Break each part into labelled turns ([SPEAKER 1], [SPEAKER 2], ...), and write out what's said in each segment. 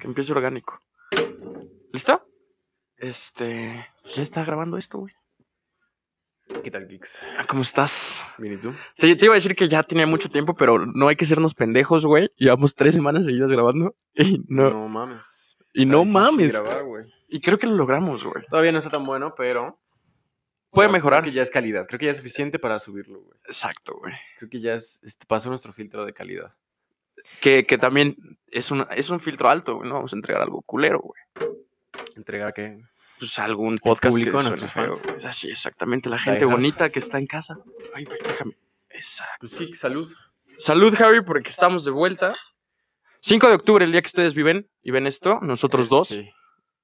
[SPEAKER 1] que empiece orgánico. ¿Listo? Este, pues ya está grabando esto, güey.
[SPEAKER 2] ¿Qué tal, Geeks?
[SPEAKER 1] Ah, ¿Cómo estás?
[SPEAKER 2] Bien, ¿y tú?
[SPEAKER 1] Te, te iba a decir que ya tenía mucho tiempo, pero no hay que sernos pendejos, güey. Llevamos tres semanas seguidas grabando y no,
[SPEAKER 2] mames.
[SPEAKER 1] y no mames.
[SPEAKER 2] Grabar,
[SPEAKER 1] güey.
[SPEAKER 2] güey.
[SPEAKER 1] y creo que lo logramos, güey.
[SPEAKER 2] Todavía no está tan bueno, pero.
[SPEAKER 1] Puede
[SPEAKER 2] Creo-
[SPEAKER 1] mejorar.
[SPEAKER 2] Creo que ya es calidad. Creo que ya es suficiente para subirlo, güey.
[SPEAKER 1] Exacto, güey.
[SPEAKER 2] Creo que ya es, este, pasó nuestro filtro de calidad.
[SPEAKER 1] Que, que también es un, es un filtro alto, güey. No vamos a entregar algo culero, güey.
[SPEAKER 2] ¿Entregar qué?
[SPEAKER 1] Pues algún podcast que
[SPEAKER 2] público,
[SPEAKER 1] suene
[SPEAKER 2] nuestros
[SPEAKER 1] feo,
[SPEAKER 2] fans.
[SPEAKER 1] güey. Es así, exactamente. La gente
[SPEAKER 2] hard.
[SPEAKER 1] bonita que está en casa. Ay, güey, déjame. Exacto.
[SPEAKER 2] Pues, Geeks, salud.
[SPEAKER 1] Salud, Javi, porque estamos de vuelta. 5 de octubre, el día que ustedes viven y ven esto, nosotros
[SPEAKER 2] Eh,
[SPEAKER 1] dos.
[SPEAKER 2] Sí.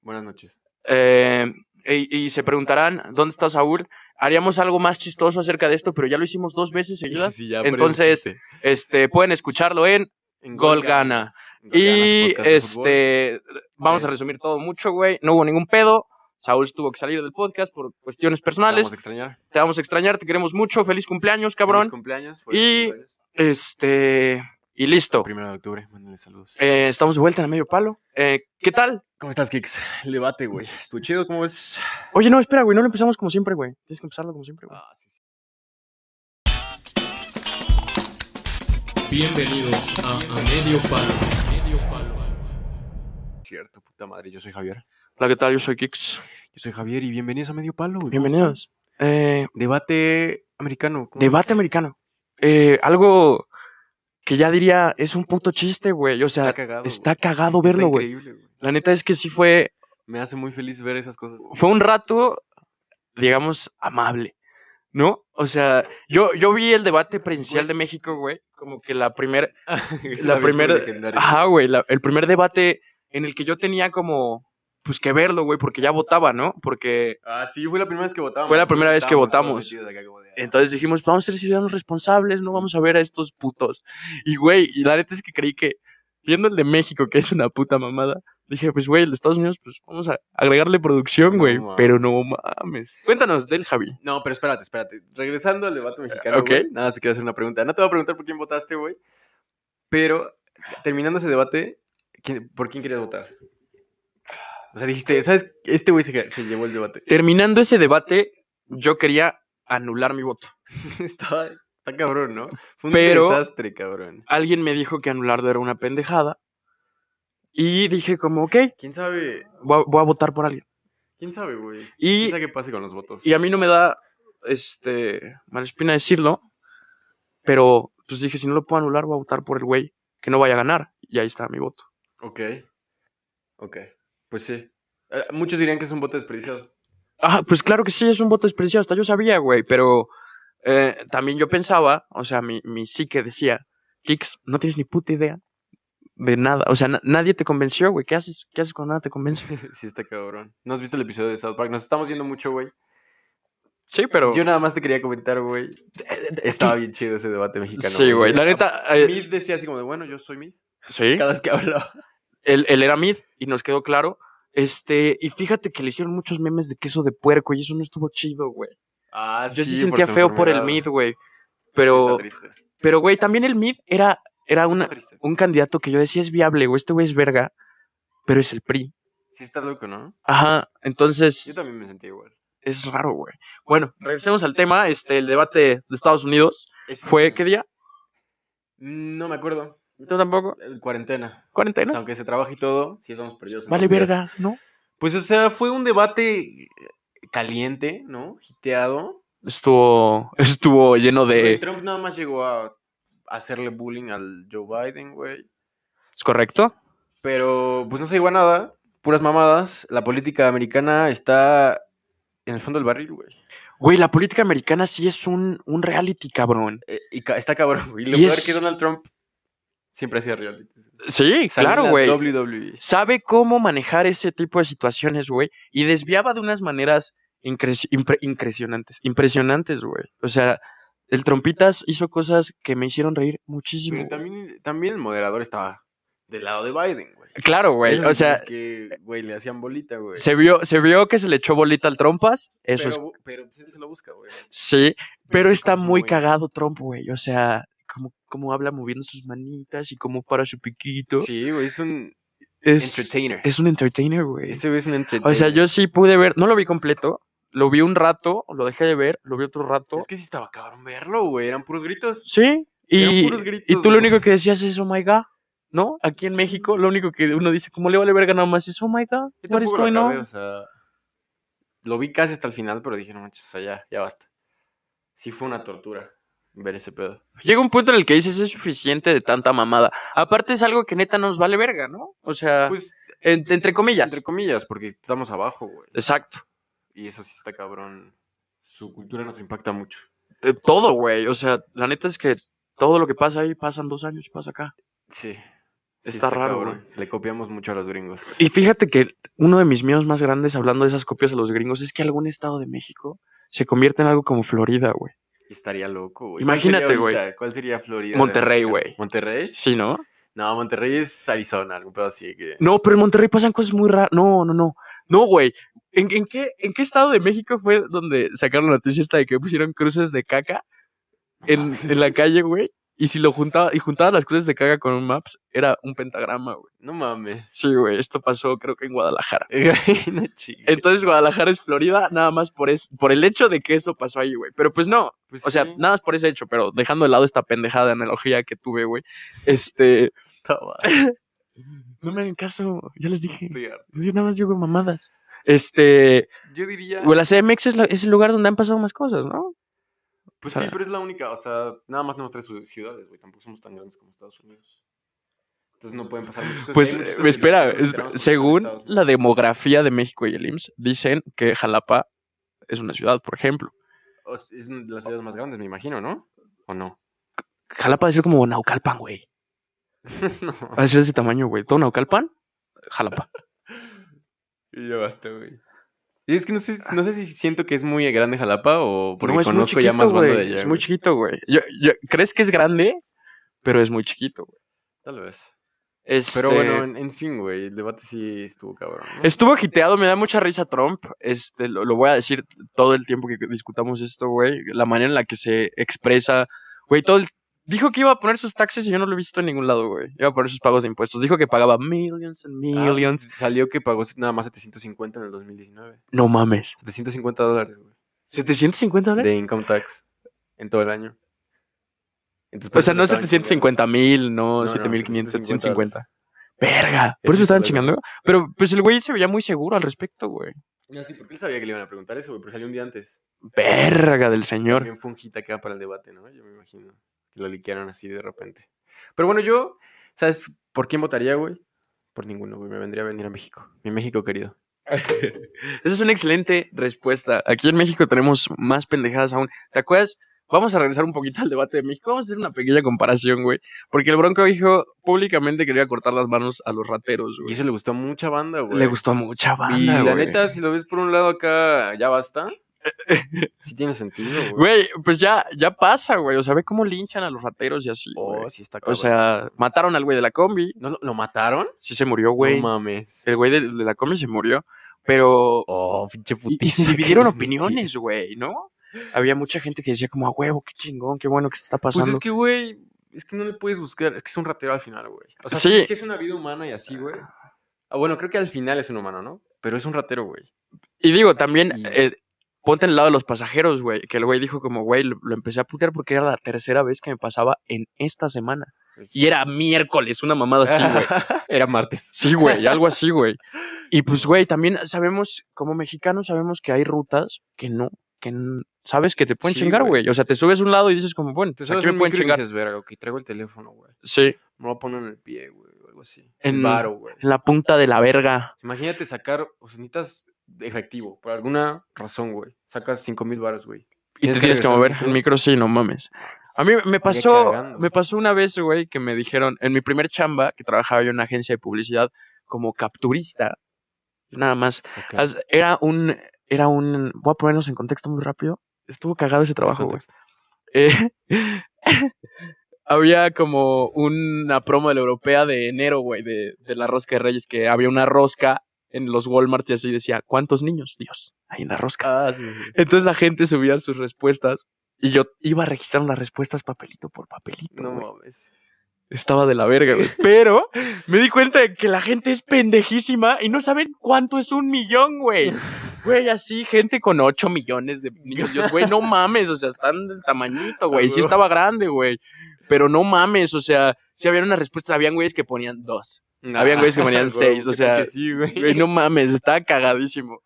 [SPEAKER 2] Buenas noches.
[SPEAKER 1] Eh, y, y se preguntarán, ¿dónde está Saúl? Haríamos algo más chistoso acerca de esto, pero ya lo hicimos dos veces seguidas.
[SPEAKER 2] Sí, ya,
[SPEAKER 1] Entonces,
[SPEAKER 2] pero es un chiste.
[SPEAKER 1] Este, pueden escucharlo en
[SPEAKER 2] En
[SPEAKER 1] Gol Gana.
[SPEAKER 2] Gol Ganas,
[SPEAKER 1] Y
[SPEAKER 2] podcast de fútbol.
[SPEAKER 1] este, vamos a resumir todo mucho, güey. No hubo ningún pedo. Saúl tuvo que salir del podcast por cuestiones
[SPEAKER 2] Te
[SPEAKER 1] personales.
[SPEAKER 2] Vamos a extrañar.
[SPEAKER 1] Te vamos a extrañar, te queremos mucho. Feliz cumpleaños,
[SPEAKER 2] Feliz
[SPEAKER 1] cabrón.
[SPEAKER 2] cumpleaños.
[SPEAKER 1] Y-
[SPEAKER 2] Y.
[SPEAKER 1] Este, y listo.
[SPEAKER 2] Primero de octubre, mándale saludos.
[SPEAKER 1] Eh, estamos de vuelta en el medio palo. Eh, ¿Qué tal?
[SPEAKER 2] ¿Cómo estás, Geeks? El debate, güey. ¿Estuvo chido? ¿Cómo ves?
[SPEAKER 1] Oye, no, espera, güey, no lo empezamos como siempre, güey. Tienes que empezarlo como siempre, güey.
[SPEAKER 2] Ah, sí, sí.
[SPEAKER 3] Bienvenidos a, a Medio Palo. Medio Palo.
[SPEAKER 2] Cierto, puta madre. Yo soy Javier.
[SPEAKER 1] Hola, ¿qué tal? Yo soy Kix.
[SPEAKER 2] Yo soy Javier y bienvenidos a Medio Palo, güey. ¿Cómo están?
[SPEAKER 1] Bienvenidos. Eh,
[SPEAKER 2] Debate americano. ¿cómo
[SPEAKER 1] debate
[SPEAKER 2] ves?
[SPEAKER 1] americano. Eh, algo que ya diría es un puto chiste, güey. O sea,
[SPEAKER 2] Está
[SPEAKER 1] está cagado,
[SPEAKER 2] cagado. güey.
[SPEAKER 1] verlo,
[SPEAKER 2] Está
[SPEAKER 1] güey.
[SPEAKER 2] increíble, güey.
[SPEAKER 1] La neta es que sí fue,
[SPEAKER 2] Me hace muy feliz ver esas cosas.
[SPEAKER 1] fue un rato, digamos, amable, ¿no? O sea, yo, yo vi el debate presidencial
[SPEAKER 2] Güey.
[SPEAKER 1] de México, güey, como que la primera,
[SPEAKER 2] Es
[SPEAKER 1] la
[SPEAKER 2] una
[SPEAKER 1] primera.
[SPEAKER 2] virtud legendaria.
[SPEAKER 1] Ajá, güey. la- el primer debate en el que yo tenía como. Pues que verlo, güey, porque ya votaba, ¿no? Porque.
[SPEAKER 2] Ah, sí, fue la primera vez que votamos.
[SPEAKER 1] Fue la primera vez que votamos.
[SPEAKER 2] Entonces,
[SPEAKER 1] Entonces dijimos, vamos a ser ciudadanos responsables, no vamos a ver a estos putos. Y, güey, y la neta es que creí que, viendo el de México, que es una puta mamada, dije, pues, güey, el de Estados Unidos, pues vamos a agregarle producción,
[SPEAKER 2] No
[SPEAKER 1] güey.
[SPEAKER 2] mames.
[SPEAKER 1] pero no mames. Cuéntanos del Javi.
[SPEAKER 2] no, pero espérate, espérate. Regresando al debate mexicano,
[SPEAKER 1] ok.
[SPEAKER 2] güey, nada más te quiero hacer una pregunta. No te voy a preguntar por quién votaste, güey. Pero, terminando ese debate, ¿quién- ¿por quién querías votar? O sea, dijiste, ¿sabes? Este güey se, se llevó el debate.
[SPEAKER 1] Terminando ese debate, yo quería anular mi voto.
[SPEAKER 2] está, está cabrón, ¿no? Fue un
[SPEAKER 1] Pero-
[SPEAKER 2] desastre, cabrón.
[SPEAKER 1] Alguien me dijo que anularlo era una pendejada. Y dije, como, ok,
[SPEAKER 2] ¿Quién sabe?
[SPEAKER 1] voy a, voy a votar por alguien.
[SPEAKER 2] ¿Quién sabe, güey? ¿Quién
[SPEAKER 1] Y,
[SPEAKER 2] sabe qué pase con los votos?
[SPEAKER 1] y a mí no me da este mala espina decirlo, pero pues dije, si no lo puedo anular, voy a votar por el güey que no vaya a ganar. Y ahí está mi voto.
[SPEAKER 2] Ok. Ok. Pues sí. Eh, muchos dirían que es un voto desperdiciado.
[SPEAKER 1] Ah, pues claro que sí, es un voto despreciado, hasta yo sabía, güey, pero eh, también yo pensaba, o sea, mi, mi psique decía, Kix, no tienes ni puta idea de nada, o sea, na- nadie te convenció, güey, ¿qué haces? ¿Qué haces cuando nada te convence?
[SPEAKER 2] sí, está cabrón. ¿No has visto el episodio de South Park? Nos estamos yendo mucho, güey.
[SPEAKER 1] Sí, pero...
[SPEAKER 2] Yo nada más te quería comentar, güey. Estaba bien chido ese debate mexicano.
[SPEAKER 1] sí, güey, la neta, eh,
[SPEAKER 2] Mid decía así como de, bueno, yo soy Mid.
[SPEAKER 1] sí.
[SPEAKER 2] Cada vez que hablaba.
[SPEAKER 1] él, él era mid y nos quedó claro. Este, y fíjate que le hicieron muchos memes de queso de puerco y eso no estuvo chido, güey.
[SPEAKER 2] Ah,
[SPEAKER 1] Yo sí,
[SPEAKER 2] por
[SPEAKER 1] sentía
[SPEAKER 2] su
[SPEAKER 1] feo por el
[SPEAKER 2] enfermedad.
[SPEAKER 1] mid, güey.
[SPEAKER 2] Sí,
[SPEAKER 1] Pero,
[SPEAKER 2] está triste.
[SPEAKER 1] pero, güey, también el mid era, era una,
[SPEAKER 2] Está triste.
[SPEAKER 1] un candidato que yo decía es viable, güey, este güey es verga, pero es el PRI.
[SPEAKER 2] Sí, está loco, ¿no?
[SPEAKER 1] Ajá,
[SPEAKER 2] Yo
[SPEAKER 1] entonces
[SPEAKER 2] también me sentí igual.
[SPEAKER 1] es raro, güey. Bueno, regresemos al tema, este, el debate de Estados Unidos.
[SPEAKER 2] Ese-
[SPEAKER 1] ¿Fue qué día?
[SPEAKER 2] No me acuerdo.
[SPEAKER 1] ¿Tú tampoco?
[SPEAKER 2] Eh, Cuarentena. O sea,
[SPEAKER 1] ¿Cuarentena?
[SPEAKER 2] aunque se trabaje y todo, sí estamos perdidos. en
[SPEAKER 1] Vale,
[SPEAKER 2] dos días.
[SPEAKER 1] verga, ¿no?
[SPEAKER 2] Pues, o sea, fue un debate caliente, ¿no? Giteado.
[SPEAKER 1] Estuvo, estuvo lleno
[SPEAKER 2] Güey,
[SPEAKER 1] de...
[SPEAKER 2] Trump nada más llegó a hacerle bullying al Joe Biden, güey.
[SPEAKER 1] ¿Es correcto?
[SPEAKER 2] Pero, pues no se llegó a nada. Puras mamadas. La política americana está en el fondo del barril, güey.
[SPEAKER 1] Güey, la política americana sí es un, un reality, cabrón.
[SPEAKER 2] Eh, y ca- está cabrón, güey. Y lo
[SPEAKER 1] Y
[SPEAKER 2] peor
[SPEAKER 1] es-
[SPEAKER 2] que Donald Trump siempre hacía reality.
[SPEAKER 1] Sí,
[SPEAKER 2] Salió en
[SPEAKER 1] claro,
[SPEAKER 2] la
[SPEAKER 1] güey.
[SPEAKER 2] E. WWE.
[SPEAKER 1] Sabe cómo manejar ese tipo de situaciones, güey. Y desviaba de unas maneras incres- impre- impresionantes. Impresionantes, güey. O sea, el Trompitas hizo cosas que me hicieron reír muchísimo.
[SPEAKER 2] Pero
[SPEAKER 1] güey.
[SPEAKER 2] también, también el moderador estaba del lado de Biden, güey.
[SPEAKER 1] Claro, güey.
[SPEAKER 2] Esos
[SPEAKER 1] O sea,
[SPEAKER 2] güey Que, güey, le hacían bolita, güey.
[SPEAKER 1] se vio, se vio que se le echó bolita al Trompas. Eso
[SPEAKER 2] pero,
[SPEAKER 1] es.
[SPEAKER 2] pero pues, él se lo busca, güey.
[SPEAKER 1] Sí, pero
[SPEAKER 2] sí,
[SPEAKER 1] está
[SPEAKER 2] cosas
[SPEAKER 1] muy cagado Trump, güey. O sea, como, como habla moviendo sus manitas y como para su piquito.
[SPEAKER 2] Sí, güey, es un.
[SPEAKER 1] Es,
[SPEAKER 2] Entertainer.
[SPEAKER 1] es un entertainer, güey.
[SPEAKER 2] Ese güey es un entertainer.
[SPEAKER 1] O sea, yo sí pude ver, no lo vi completo, lo vi un rato, lo dejé de ver, lo vi otro rato.
[SPEAKER 2] Es que sí estaba cabrón verlo, güey. Eran puros gritos.
[SPEAKER 1] Sí,
[SPEAKER 2] Eran
[SPEAKER 1] y,
[SPEAKER 2] puros gritos,
[SPEAKER 1] y tú lo
[SPEAKER 2] güey.
[SPEAKER 1] único que decías es, oh my god, ¿no? Aquí en México, lo único que uno dice, como le vale verga nada más, es, oh my god,
[SPEAKER 2] Yo
[SPEAKER 1] what is
[SPEAKER 2] tampoco lo
[SPEAKER 1] going
[SPEAKER 2] acabé,
[SPEAKER 1] on?
[SPEAKER 2] o sea, lo vi casi hasta el final, pero dije, no manches, o sea, ya, ya basta. Sí fue una tortura ver ese pedo.
[SPEAKER 1] Llega un punto en el que dices, es suficiente de tanta mamada. Aparte es algo que neta nos vale verga, ¿no? O sea,
[SPEAKER 2] Pues,
[SPEAKER 1] en- entre comillas.
[SPEAKER 2] entre comillas, porque estamos abajo, güey.
[SPEAKER 1] Exacto.
[SPEAKER 2] Y eso sí está cabrón. Su cultura nos impacta mucho.
[SPEAKER 1] Eh, Todo, güey. O sea, la neta es que todo lo que pasa ahí pasan dos años y pasa acá.
[SPEAKER 2] Sí. sí
[SPEAKER 1] Está raro,
[SPEAKER 2] Le copiamos mucho a los gringos.
[SPEAKER 1] Y fíjate que uno de mis miedos más grandes hablando de esas copias a los gringos es que algún estado de México se convierte en algo como Florida, güey.
[SPEAKER 2] Estaría loco, güey.
[SPEAKER 1] Imagínate,
[SPEAKER 2] ¿Cuál sería
[SPEAKER 1] güey.
[SPEAKER 2] ahorita? ¿Cuál sería Florida?
[SPEAKER 1] Monterrey, güey.
[SPEAKER 2] ¿Monterrey?
[SPEAKER 1] Sí, ¿no?
[SPEAKER 2] No, Monterrey es Arizona, algún pedo así. Que...
[SPEAKER 1] No, pero en Monterrey pasan cosas muy raras. No, no, no. No, güey. ¿En, en qué, ¿En qué estado de México fue donde sacaron la noticia esta de que pusieron cruces de caca en, en la calle, güey? Y si lo juntaba, y juntaba las cruces de caca con un maps, era un pentagrama, güey.
[SPEAKER 2] No mames.
[SPEAKER 1] Sí, güey. Esto pasó creo que en Guadalajara.
[SPEAKER 2] no chingues.
[SPEAKER 1] Entonces Guadalajara es Florida, nada más por, es, por el hecho de que eso pasó ahí, güey. Pero pues no,
[SPEAKER 2] Pues
[SPEAKER 1] o sea,
[SPEAKER 2] sí,
[SPEAKER 1] nada más por ese hecho, pero dejando de lado esta pendejada de analogía que tuve, güey. Este,
[SPEAKER 2] está mal.
[SPEAKER 1] no me hagan caso, ya les dije.
[SPEAKER 2] Estoy harto.
[SPEAKER 1] Yo nada más digo mamadas. Este,
[SPEAKER 2] Yo diría.
[SPEAKER 1] güey, la CMX es, la- es el lugar donde han pasado más cosas, ¿no?
[SPEAKER 2] Pues
[SPEAKER 1] o sea-
[SPEAKER 2] sí, pero es la única. O sea, nada más tenemos tres ciu- ciudades, güey. Tampoco somos tan grandes como Estados Unidos. Entonces no pueden pasar muchas cosas.
[SPEAKER 1] Pues,
[SPEAKER 2] Hay muchas
[SPEAKER 1] eh,
[SPEAKER 2] cosas que
[SPEAKER 1] espera,
[SPEAKER 2] nosotros
[SPEAKER 1] esp-
[SPEAKER 2] enteramos porque son
[SPEAKER 1] según
[SPEAKER 2] Estados Unidos.
[SPEAKER 1] la demografía de México y el IMSS, dicen que Jalapa es una ciudad, por ejemplo.
[SPEAKER 2] O s- es una de las ciudades más grandes, me imagino, ¿no? ¿O no?
[SPEAKER 1] Jalapa es como Naucalpan, güey.
[SPEAKER 2] no.
[SPEAKER 1] Va a ser de ese tamaño, güey. Todo Naucalpan, Jalapa.
[SPEAKER 2] Y ya basta, güey. Y es que no sé, no sé si siento que es muy grande Jalapa o porque
[SPEAKER 1] Ah. No, es muy
[SPEAKER 2] conozco ya más banda
[SPEAKER 1] güey,
[SPEAKER 2] de allá.
[SPEAKER 1] Es muy
[SPEAKER 2] güey.
[SPEAKER 1] chiquito, güey. Yo- yo- ¿Crees que es grande? Pero es muy chiquito, güey.
[SPEAKER 2] Tal vez.
[SPEAKER 1] Este,
[SPEAKER 2] Pero bueno, en, en fin, güey. El debate sí estuvo cabrón. ¿no?
[SPEAKER 1] Estuvo agiteado, me da mucha risa Trump. Este, lo, lo voy a decir todo el tiempo que discutamos esto, güey. La manera en la que se expresa, güey, todo el- Dijo que iba a poner sus taxes y yo no lo he visto en ningún lado, güey. Iba a poner sus pagos de impuestos. Dijo que pagaba millions and
[SPEAKER 2] Ah, pues,
[SPEAKER 1] millions.
[SPEAKER 2] salió que pagó nada más 750 en el 2019.
[SPEAKER 1] No mames.
[SPEAKER 2] 750 dólares, güey.
[SPEAKER 1] ¿750 dólares?
[SPEAKER 2] de income tax en todo el año. Entonces, por
[SPEAKER 1] O sea,
[SPEAKER 2] eso
[SPEAKER 1] no
[SPEAKER 2] estaban chingando.
[SPEAKER 1] 750 mil, no,
[SPEAKER 2] No, no,
[SPEAKER 1] 7500,
[SPEAKER 2] 750.
[SPEAKER 1] 750. Verga. Por eso
[SPEAKER 2] Eso está
[SPEAKER 1] estaban
[SPEAKER 2] loco.
[SPEAKER 1] chingando. Pero pues el güey se veía muy seguro al respecto, güey.
[SPEAKER 2] No, sí, porque él sabía que le iban a preguntar eso, güey, pero salió un día antes.
[SPEAKER 1] Verga del señor.
[SPEAKER 2] También fue un hit acá para el debate, ¿no? Yo me imagino que lo liquearon así de repente. Pero bueno, yo, ¿sabes por quién votaría, güey? Por ninguno, güey. Me vendría a venir a México. Mi México querido.
[SPEAKER 1] Esa es una excelente respuesta. Aquí en México tenemos más pendejadas aún. ¿Te acuerdas? Vamos a regresar un poquito al debate de México. Vamos a hacer una pequeña comparación, güey. Porque el Bronco dijo públicamente que le iba a cortar las manos a los rateros,
[SPEAKER 2] Y
[SPEAKER 1] güey.
[SPEAKER 2] eso le gustó a mucha banda, güey.
[SPEAKER 1] Le gustó a mucha
[SPEAKER 2] Y
[SPEAKER 1] banda,
[SPEAKER 2] la
[SPEAKER 1] güey.
[SPEAKER 2] neta, si lo ves por un lado acá, ya basta. Sí tiene sentido, güey.
[SPEAKER 1] Güey, pues ya, ya pasa, güey. O sea, ve cómo linchan a los rateros y así, güey.
[SPEAKER 2] Oh, sí está
[SPEAKER 1] O
[SPEAKER 2] cabrón.
[SPEAKER 1] sea, mataron al güey de la combi.
[SPEAKER 2] ¿No, lo, lo mataron?
[SPEAKER 1] Sí se murió, güey.
[SPEAKER 2] No mames.
[SPEAKER 1] el güey de, de la combi se murió. Pero
[SPEAKER 2] Oh, pinche
[SPEAKER 1] y-
[SPEAKER 2] putiza.
[SPEAKER 1] y se dividieron
[SPEAKER 2] que les
[SPEAKER 1] opiniones, güey, ¿no? Había mucha gente que decía como, a huevo, qué chingón, qué bueno que se está
[SPEAKER 2] Pues
[SPEAKER 1] pasando.
[SPEAKER 2] es que, güey, es que no le puedes buscar. Es que es un ratero al final, güey. O sea,
[SPEAKER 1] Sí.
[SPEAKER 2] sí. sí es una vida humana y así, güey. Ah, bueno, creo que al final es un humano, ¿no? Pero es un ratero, güey.
[SPEAKER 1] Y digo, también,
[SPEAKER 2] Y-
[SPEAKER 1] eh, ponte al lado de los pasajeros, güey, que el güey dijo como, güey, lo, lo empecé a putear porque era la tercera vez que me pasaba en esta semana.
[SPEAKER 2] Es-
[SPEAKER 1] Y era miércoles, una mamada así, güey.
[SPEAKER 2] era martes.
[SPEAKER 1] Sí, güey, algo así, güey. Y pues,
[SPEAKER 2] No,
[SPEAKER 1] güey,
[SPEAKER 2] pues-
[SPEAKER 1] también sabemos, como mexicanos, sabemos que hay rutas que no, que n- sabes que te pueden
[SPEAKER 2] Sí,
[SPEAKER 1] chingar,
[SPEAKER 2] güey.
[SPEAKER 1] güey. O sea, te subes a un lado y dices como, bueno,
[SPEAKER 2] Te
[SPEAKER 1] aquí
[SPEAKER 2] sabes
[SPEAKER 1] me
[SPEAKER 2] un
[SPEAKER 1] pueden
[SPEAKER 2] micro y
[SPEAKER 1] chingar.
[SPEAKER 2] dices, verga, ok, traigo el teléfono, güey.
[SPEAKER 1] Sí,
[SPEAKER 2] Me lo voy a poner en el pie, güey, o algo así.
[SPEAKER 1] En-
[SPEAKER 2] En varo, güey.
[SPEAKER 1] en la punta de la verga.
[SPEAKER 2] Imagínate sacar, o sea, necesitas efectivo, por alguna razón, güey. Sacas 5 mil varos,
[SPEAKER 1] Y
[SPEAKER 2] güey.
[SPEAKER 1] te tienes que
[SPEAKER 2] regresar
[SPEAKER 1] mover
[SPEAKER 2] al
[SPEAKER 1] el micro, sí, no mames. A mí me pasó,
[SPEAKER 2] cagando.
[SPEAKER 1] me pasó una vez, güey, que me dijeron, en mi primer chamba, que trabajaba yo en una agencia de publicidad como capturista, nada más,
[SPEAKER 2] Ok.
[SPEAKER 1] haz- era un, era un, voy a ponernos en contexto muy rápido, estuvo cagado ese trabajo, güey.
[SPEAKER 2] Contexto.
[SPEAKER 1] Eh, había como una promo de la europea de enero, güey, de, de la rosca de Reyes, que había una rosca en los Walmart y así decía, ¿cuántos niños? Dios, hay en la rosca.
[SPEAKER 2] Ah, sí, sí.
[SPEAKER 1] Entonces la gente subía sus respuestas y yo iba registrando las respuestas papelito por papelito.
[SPEAKER 2] No
[SPEAKER 1] güey.
[SPEAKER 2] mames.
[SPEAKER 1] Estaba de la verga, güey. Pero me di cuenta de que la gente es pendejísima y no saben cuánto es un millón, güey. Güey, así, gente con 8 millones de niños. Dios, güey, no mames, o sea, están del tamañito, güey. Sí estaba grande, güey. Pero no mames, o sea, si había una respuesta, habían güeyes que ponían dos. Habían güeyes que ponían seis, o sea,
[SPEAKER 2] Que sí, güey.
[SPEAKER 1] Güey, no mames, estaba cagadísimo.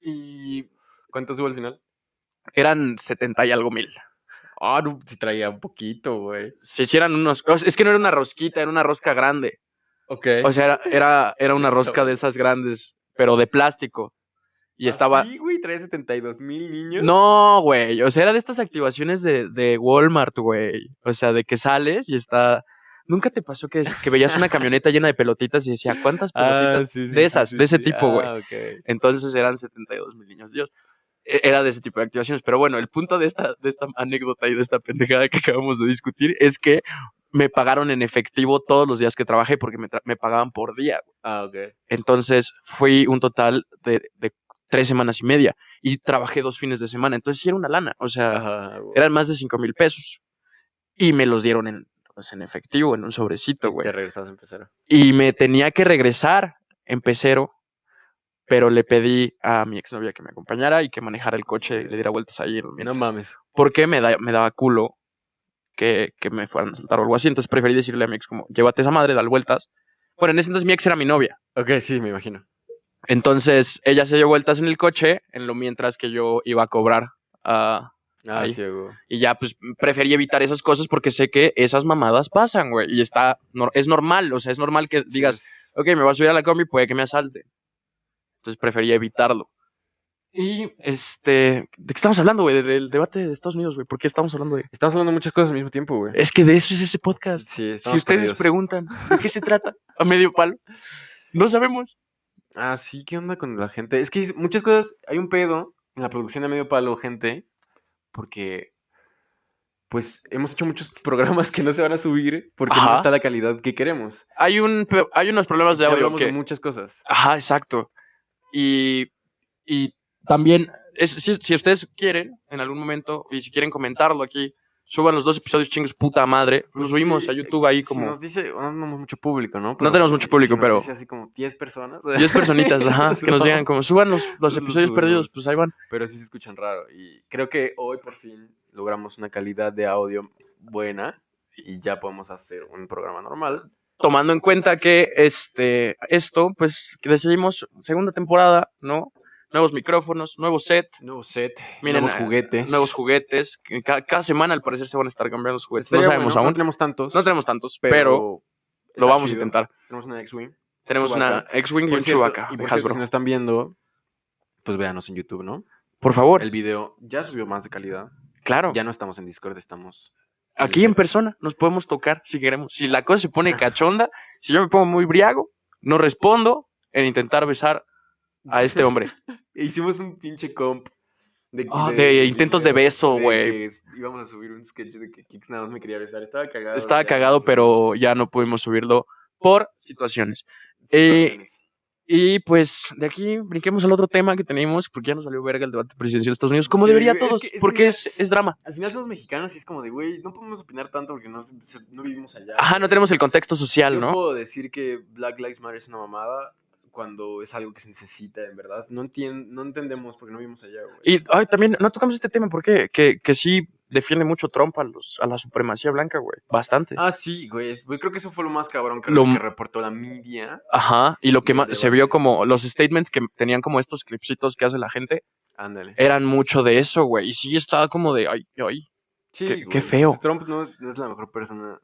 [SPEAKER 1] Y
[SPEAKER 2] ¿Cuánto subo al final?
[SPEAKER 1] eran 70 y algo mil.
[SPEAKER 2] Ah, no, sí traía un poquito, güey.
[SPEAKER 1] Se hicieran unos. o sea, Es que no era una rosquita, era una rosca grande.
[SPEAKER 2] Ok.
[SPEAKER 1] O sea, era, era, era una rosca de esas grandes, pero de plástico. Y estaba.
[SPEAKER 2] ¿Ah, Sí, güey, traía 72 mil niños.
[SPEAKER 1] No, güey. O sea, era de estas activaciones de, de Walmart, güey. O sea, de que sales y está. ¿Nunca te pasó que, que veías una camioneta llena de pelotitas y decía, ¿cuántas
[SPEAKER 2] Ah,
[SPEAKER 1] pelotitas?
[SPEAKER 2] sí, sí,
[SPEAKER 1] de esas,
[SPEAKER 2] sí,
[SPEAKER 1] de ese
[SPEAKER 2] sí.
[SPEAKER 1] tipo, güey.
[SPEAKER 2] Ah, ok.
[SPEAKER 1] Entonces eran 72 mil niños Dios. E- Era de ese tipo de activaciones. Pero bueno, el punto de esta, de esta anécdota y de esta pendejada que acabamos de discutir es que me pagaron en efectivo todos los días que trabajé porque me, tra- me pagaban por día.
[SPEAKER 2] Ah, ok.
[SPEAKER 1] Entonces fui un total de, de tres semanas y media y trabajé dos fines de semana. Entonces sí era una lana. O sea,
[SPEAKER 2] Ajá, güey.
[SPEAKER 1] eran más de 5 mil pesos. Y me los dieron en, pues, en efectivo, en un sobrecito, güey
[SPEAKER 2] Te regresas a empezar.
[SPEAKER 1] y me tenía que regresar en pecero, pero le pedí a mi exnovia que me acompañara y que manejara el coche y le diera vueltas ahí.
[SPEAKER 2] No
[SPEAKER 1] mientras-
[SPEAKER 2] mames.
[SPEAKER 1] Porque me, da- me daba culo que, que me fueran a saltar o algo así. Entonces preferí decirle a mi ex como, llévate esa madre, dale vueltas. Bueno, en ese entonces mi ex era mi novia.
[SPEAKER 2] Ok, sí, me imagino.
[SPEAKER 1] Entonces ella se dio vueltas en el coche en lo mientras que yo iba a cobrar. ah,
[SPEAKER 2] Ah,
[SPEAKER 1] Ahí.
[SPEAKER 2] sí, güey.
[SPEAKER 1] y ya, pues preferí evitar esas cosas porque sé que esas mamadas pasan, güey. Y está, nor- es normal, o sea, es normal que
[SPEAKER 2] Sí,
[SPEAKER 1] digas,
[SPEAKER 2] es-
[SPEAKER 1] ok, me voy a subir a la combi, puede que me asalte. Entonces prefería evitarlo. Y, este, ¿de qué estamos hablando, güey? De- Del debate de Estados Unidos, güey. ¿Por qué estamos hablando de...?
[SPEAKER 2] Estamos hablando de muchas cosas al mismo tiempo, güey.
[SPEAKER 1] Es que de eso es ese podcast.
[SPEAKER 2] Sí,
[SPEAKER 1] si ustedes preguntan de qué se trata, a medio palo, no sabemos.
[SPEAKER 2] Ah, sí, ¿qué onda con la gente? Es que es- muchas cosas, hay un pedo en la producción de Medio Palo, gente, porque pues hemos hecho muchos programas que no se van a subir porque no
[SPEAKER 1] Ajá.
[SPEAKER 2] está la calidad que queremos.
[SPEAKER 1] Hay, un, pe- hay unos problemas de
[SPEAKER 2] Sí,
[SPEAKER 1] audio
[SPEAKER 2] hablamos
[SPEAKER 1] que...
[SPEAKER 2] de muchas cosas.
[SPEAKER 1] Ajá, exacto. Y, y también, es- si, si ustedes quieren, en algún momento, y si quieren comentarlo aquí, suban los dos episodios chingos puta madre. Los subimos
[SPEAKER 2] Pues Sí,
[SPEAKER 1] a YouTube ahí
[SPEAKER 2] si
[SPEAKER 1] como...
[SPEAKER 2] nos dice, bueno, no tenemos mucho público, ¿no?
[SPEAKER 1] tenemos mucho público,
[SPEAKER 2] nos
[SPEAKER 1] pero-
[SPEAKER 2] dice así como 10 personas.
[SPEAKER 1] 10 personitas, ajá, que nos digan como suban los, los
[SPEAKER 2] Los
[SPEAKER 1] episodios
[SPEAKER 2] subimos.
[SPEAKER 1] perdidos, pues ahí van.
[SPEAKER 2] Pero sí se escuchan raro y creo que hoy por fin logramos una calidad de audio buena y ya podemos hacer un programa normal.
[SPEAKER 1] Tomando en cuenta que este esto, pues que decidimos segunda temporada, ¿no? Nuevos micrófonos, nuevo set,
[SPEAKER 2] Nuevo set,
[SPEAKER 1] Miren,
[SPEAKER 2] nuevos
[SPEAKER 1] eh,
[SPEAKER 2] juguetes.
[SPEAKER 1] nuevos juguetes. que ca- Cada, semana al parecer se van a estar cambiando los juguetes.
[SPEAKER 2] Estaría
[SPEAKER 1] Pues, no sabemos
[SPEAKER 2] bueno,
[SPEAKER 1] aún.
[SPEAKER 2] No tenemos tantos.
[SPEAKER 1] No tenemos tantos, pero,
[SPEAKER 2] está
[SPEAKER 1] lo vamos
[SPEAKER 2] chido.
[SPEAKER 1] a intentar.
[SPEAKER 2] Tenemos una X-Wing.
[SPEAKER 1] Tenemos
[SPEAKER 2] Chewbacca.
[SPEAKER 1] una X-Wing y
[SPEAKER 2] Por
[SPEAKER 1] un
[SPEAKER 2] cierto,
[SPEAKER 1] Chewbacca de
[SPEAKER 2] Y por cierto,
[SPEAKER 1] Hasbro.
[SPEAKER 2] si nos están viendo, pues véanos en YouTube, ¿no?
[SPEAKER 1] Por favor,
[SPEAKER 2] El video ya subió más de calidad.
[SPEAKER 1] claro.
[SPEAKER 2] Ya no estamos en Discord, estamos.
[SPEAKER 1] Aquí en
[SPEAKER 2] Exacto.
[SPEAKER 1] persona nos podemos tocar si queremos. Si la cosa se pone cachonda, si yo me pongo muy briago, no respondo en intentar besar a este hombre.
[SPEAKER 2] Hicimos un pinche comp. De,
[SPEAKER 1] Ah, de intentos de beso,
[SPEAKER 2] de
[SPEAKER 1] güey.
[SPEAKER 2] que Íbamos a subir un sketch de que Kix nada más me quería besar. Estaba cagado.
[SPEAKER 1] Estaba
[SPEAKER 2] ya,
[SPEAKER 1] cagado,
[SPEAKER 2] sí,
[SPEAKER 1] pero ya no pudimos subirlo por situaciones. eh,
[SPEAKER 2] situaciones.
[SPEAKER 1] Y pues de aquí brinquemos al otro tema que tenemos, porque ya nos salió verga el debate presidencial de Estados Unidos, como
[SPEAKER 2] Sí,
[SPEAKER 1] debería a
[SPEAKER 2] güey, es
[SPEAKER 1] todos,
[SPEAKER 2] que- es que
[SPEAKER 1] porque
[SPEAKER 2] mira-
[SPEAKER 1] es, es drama.
[SPEAKER 2] Al final somos mexicanos y es como de, güey, no podemos opinar tanto porque no, no vivimos allá.
[SPEAKER 1] Ajá, no
[SPEAKER 2] güey.
[SPEAKER 1] tenemos el contexto social,
[SPEAKER 2] Yo
[SPEAKER 1] ¿no?
[SPEAKER 2] puedo decir que Black Lives Matter es una mamada cuando es algo que se necesita, en verdad. No, entien- no entendemos porque no vimos allá, güey.
[SPEAKER 1] Y ay, también no tocamos este tema, porque que, que sí defiende mucho Trump a, los, a la supremacía blanca, güey. Bastante.
[SPEAKER 2] Ah, sí, güey. es- Pues creo que eso fue lo más cabrón que,
[SPEAKER 1] Lo-
[SPEAKER 2] que reportó la media.
[SPEAKER 1] Ajá, y lo que
[SPEAKER 2] del
[SPEAKER 1] más se
[SPEAKER 2] debate.
[SPEAKER 1] vio como los statements que tenían como estos clipsitos que hace la gente,
[SPEAKER 2] Ándale.
[SPEAKER 1] eran mucho de eso, güey. Y sí estaba como de, ay, ay.
[SPEAKER 2] Sí,
[SPEAKER 1] qué-
[SPEAKER 2] güey,
[SPEAKER 1] qué feo.
[SPEAKER 2] pues Trump no, no es la mejor persona.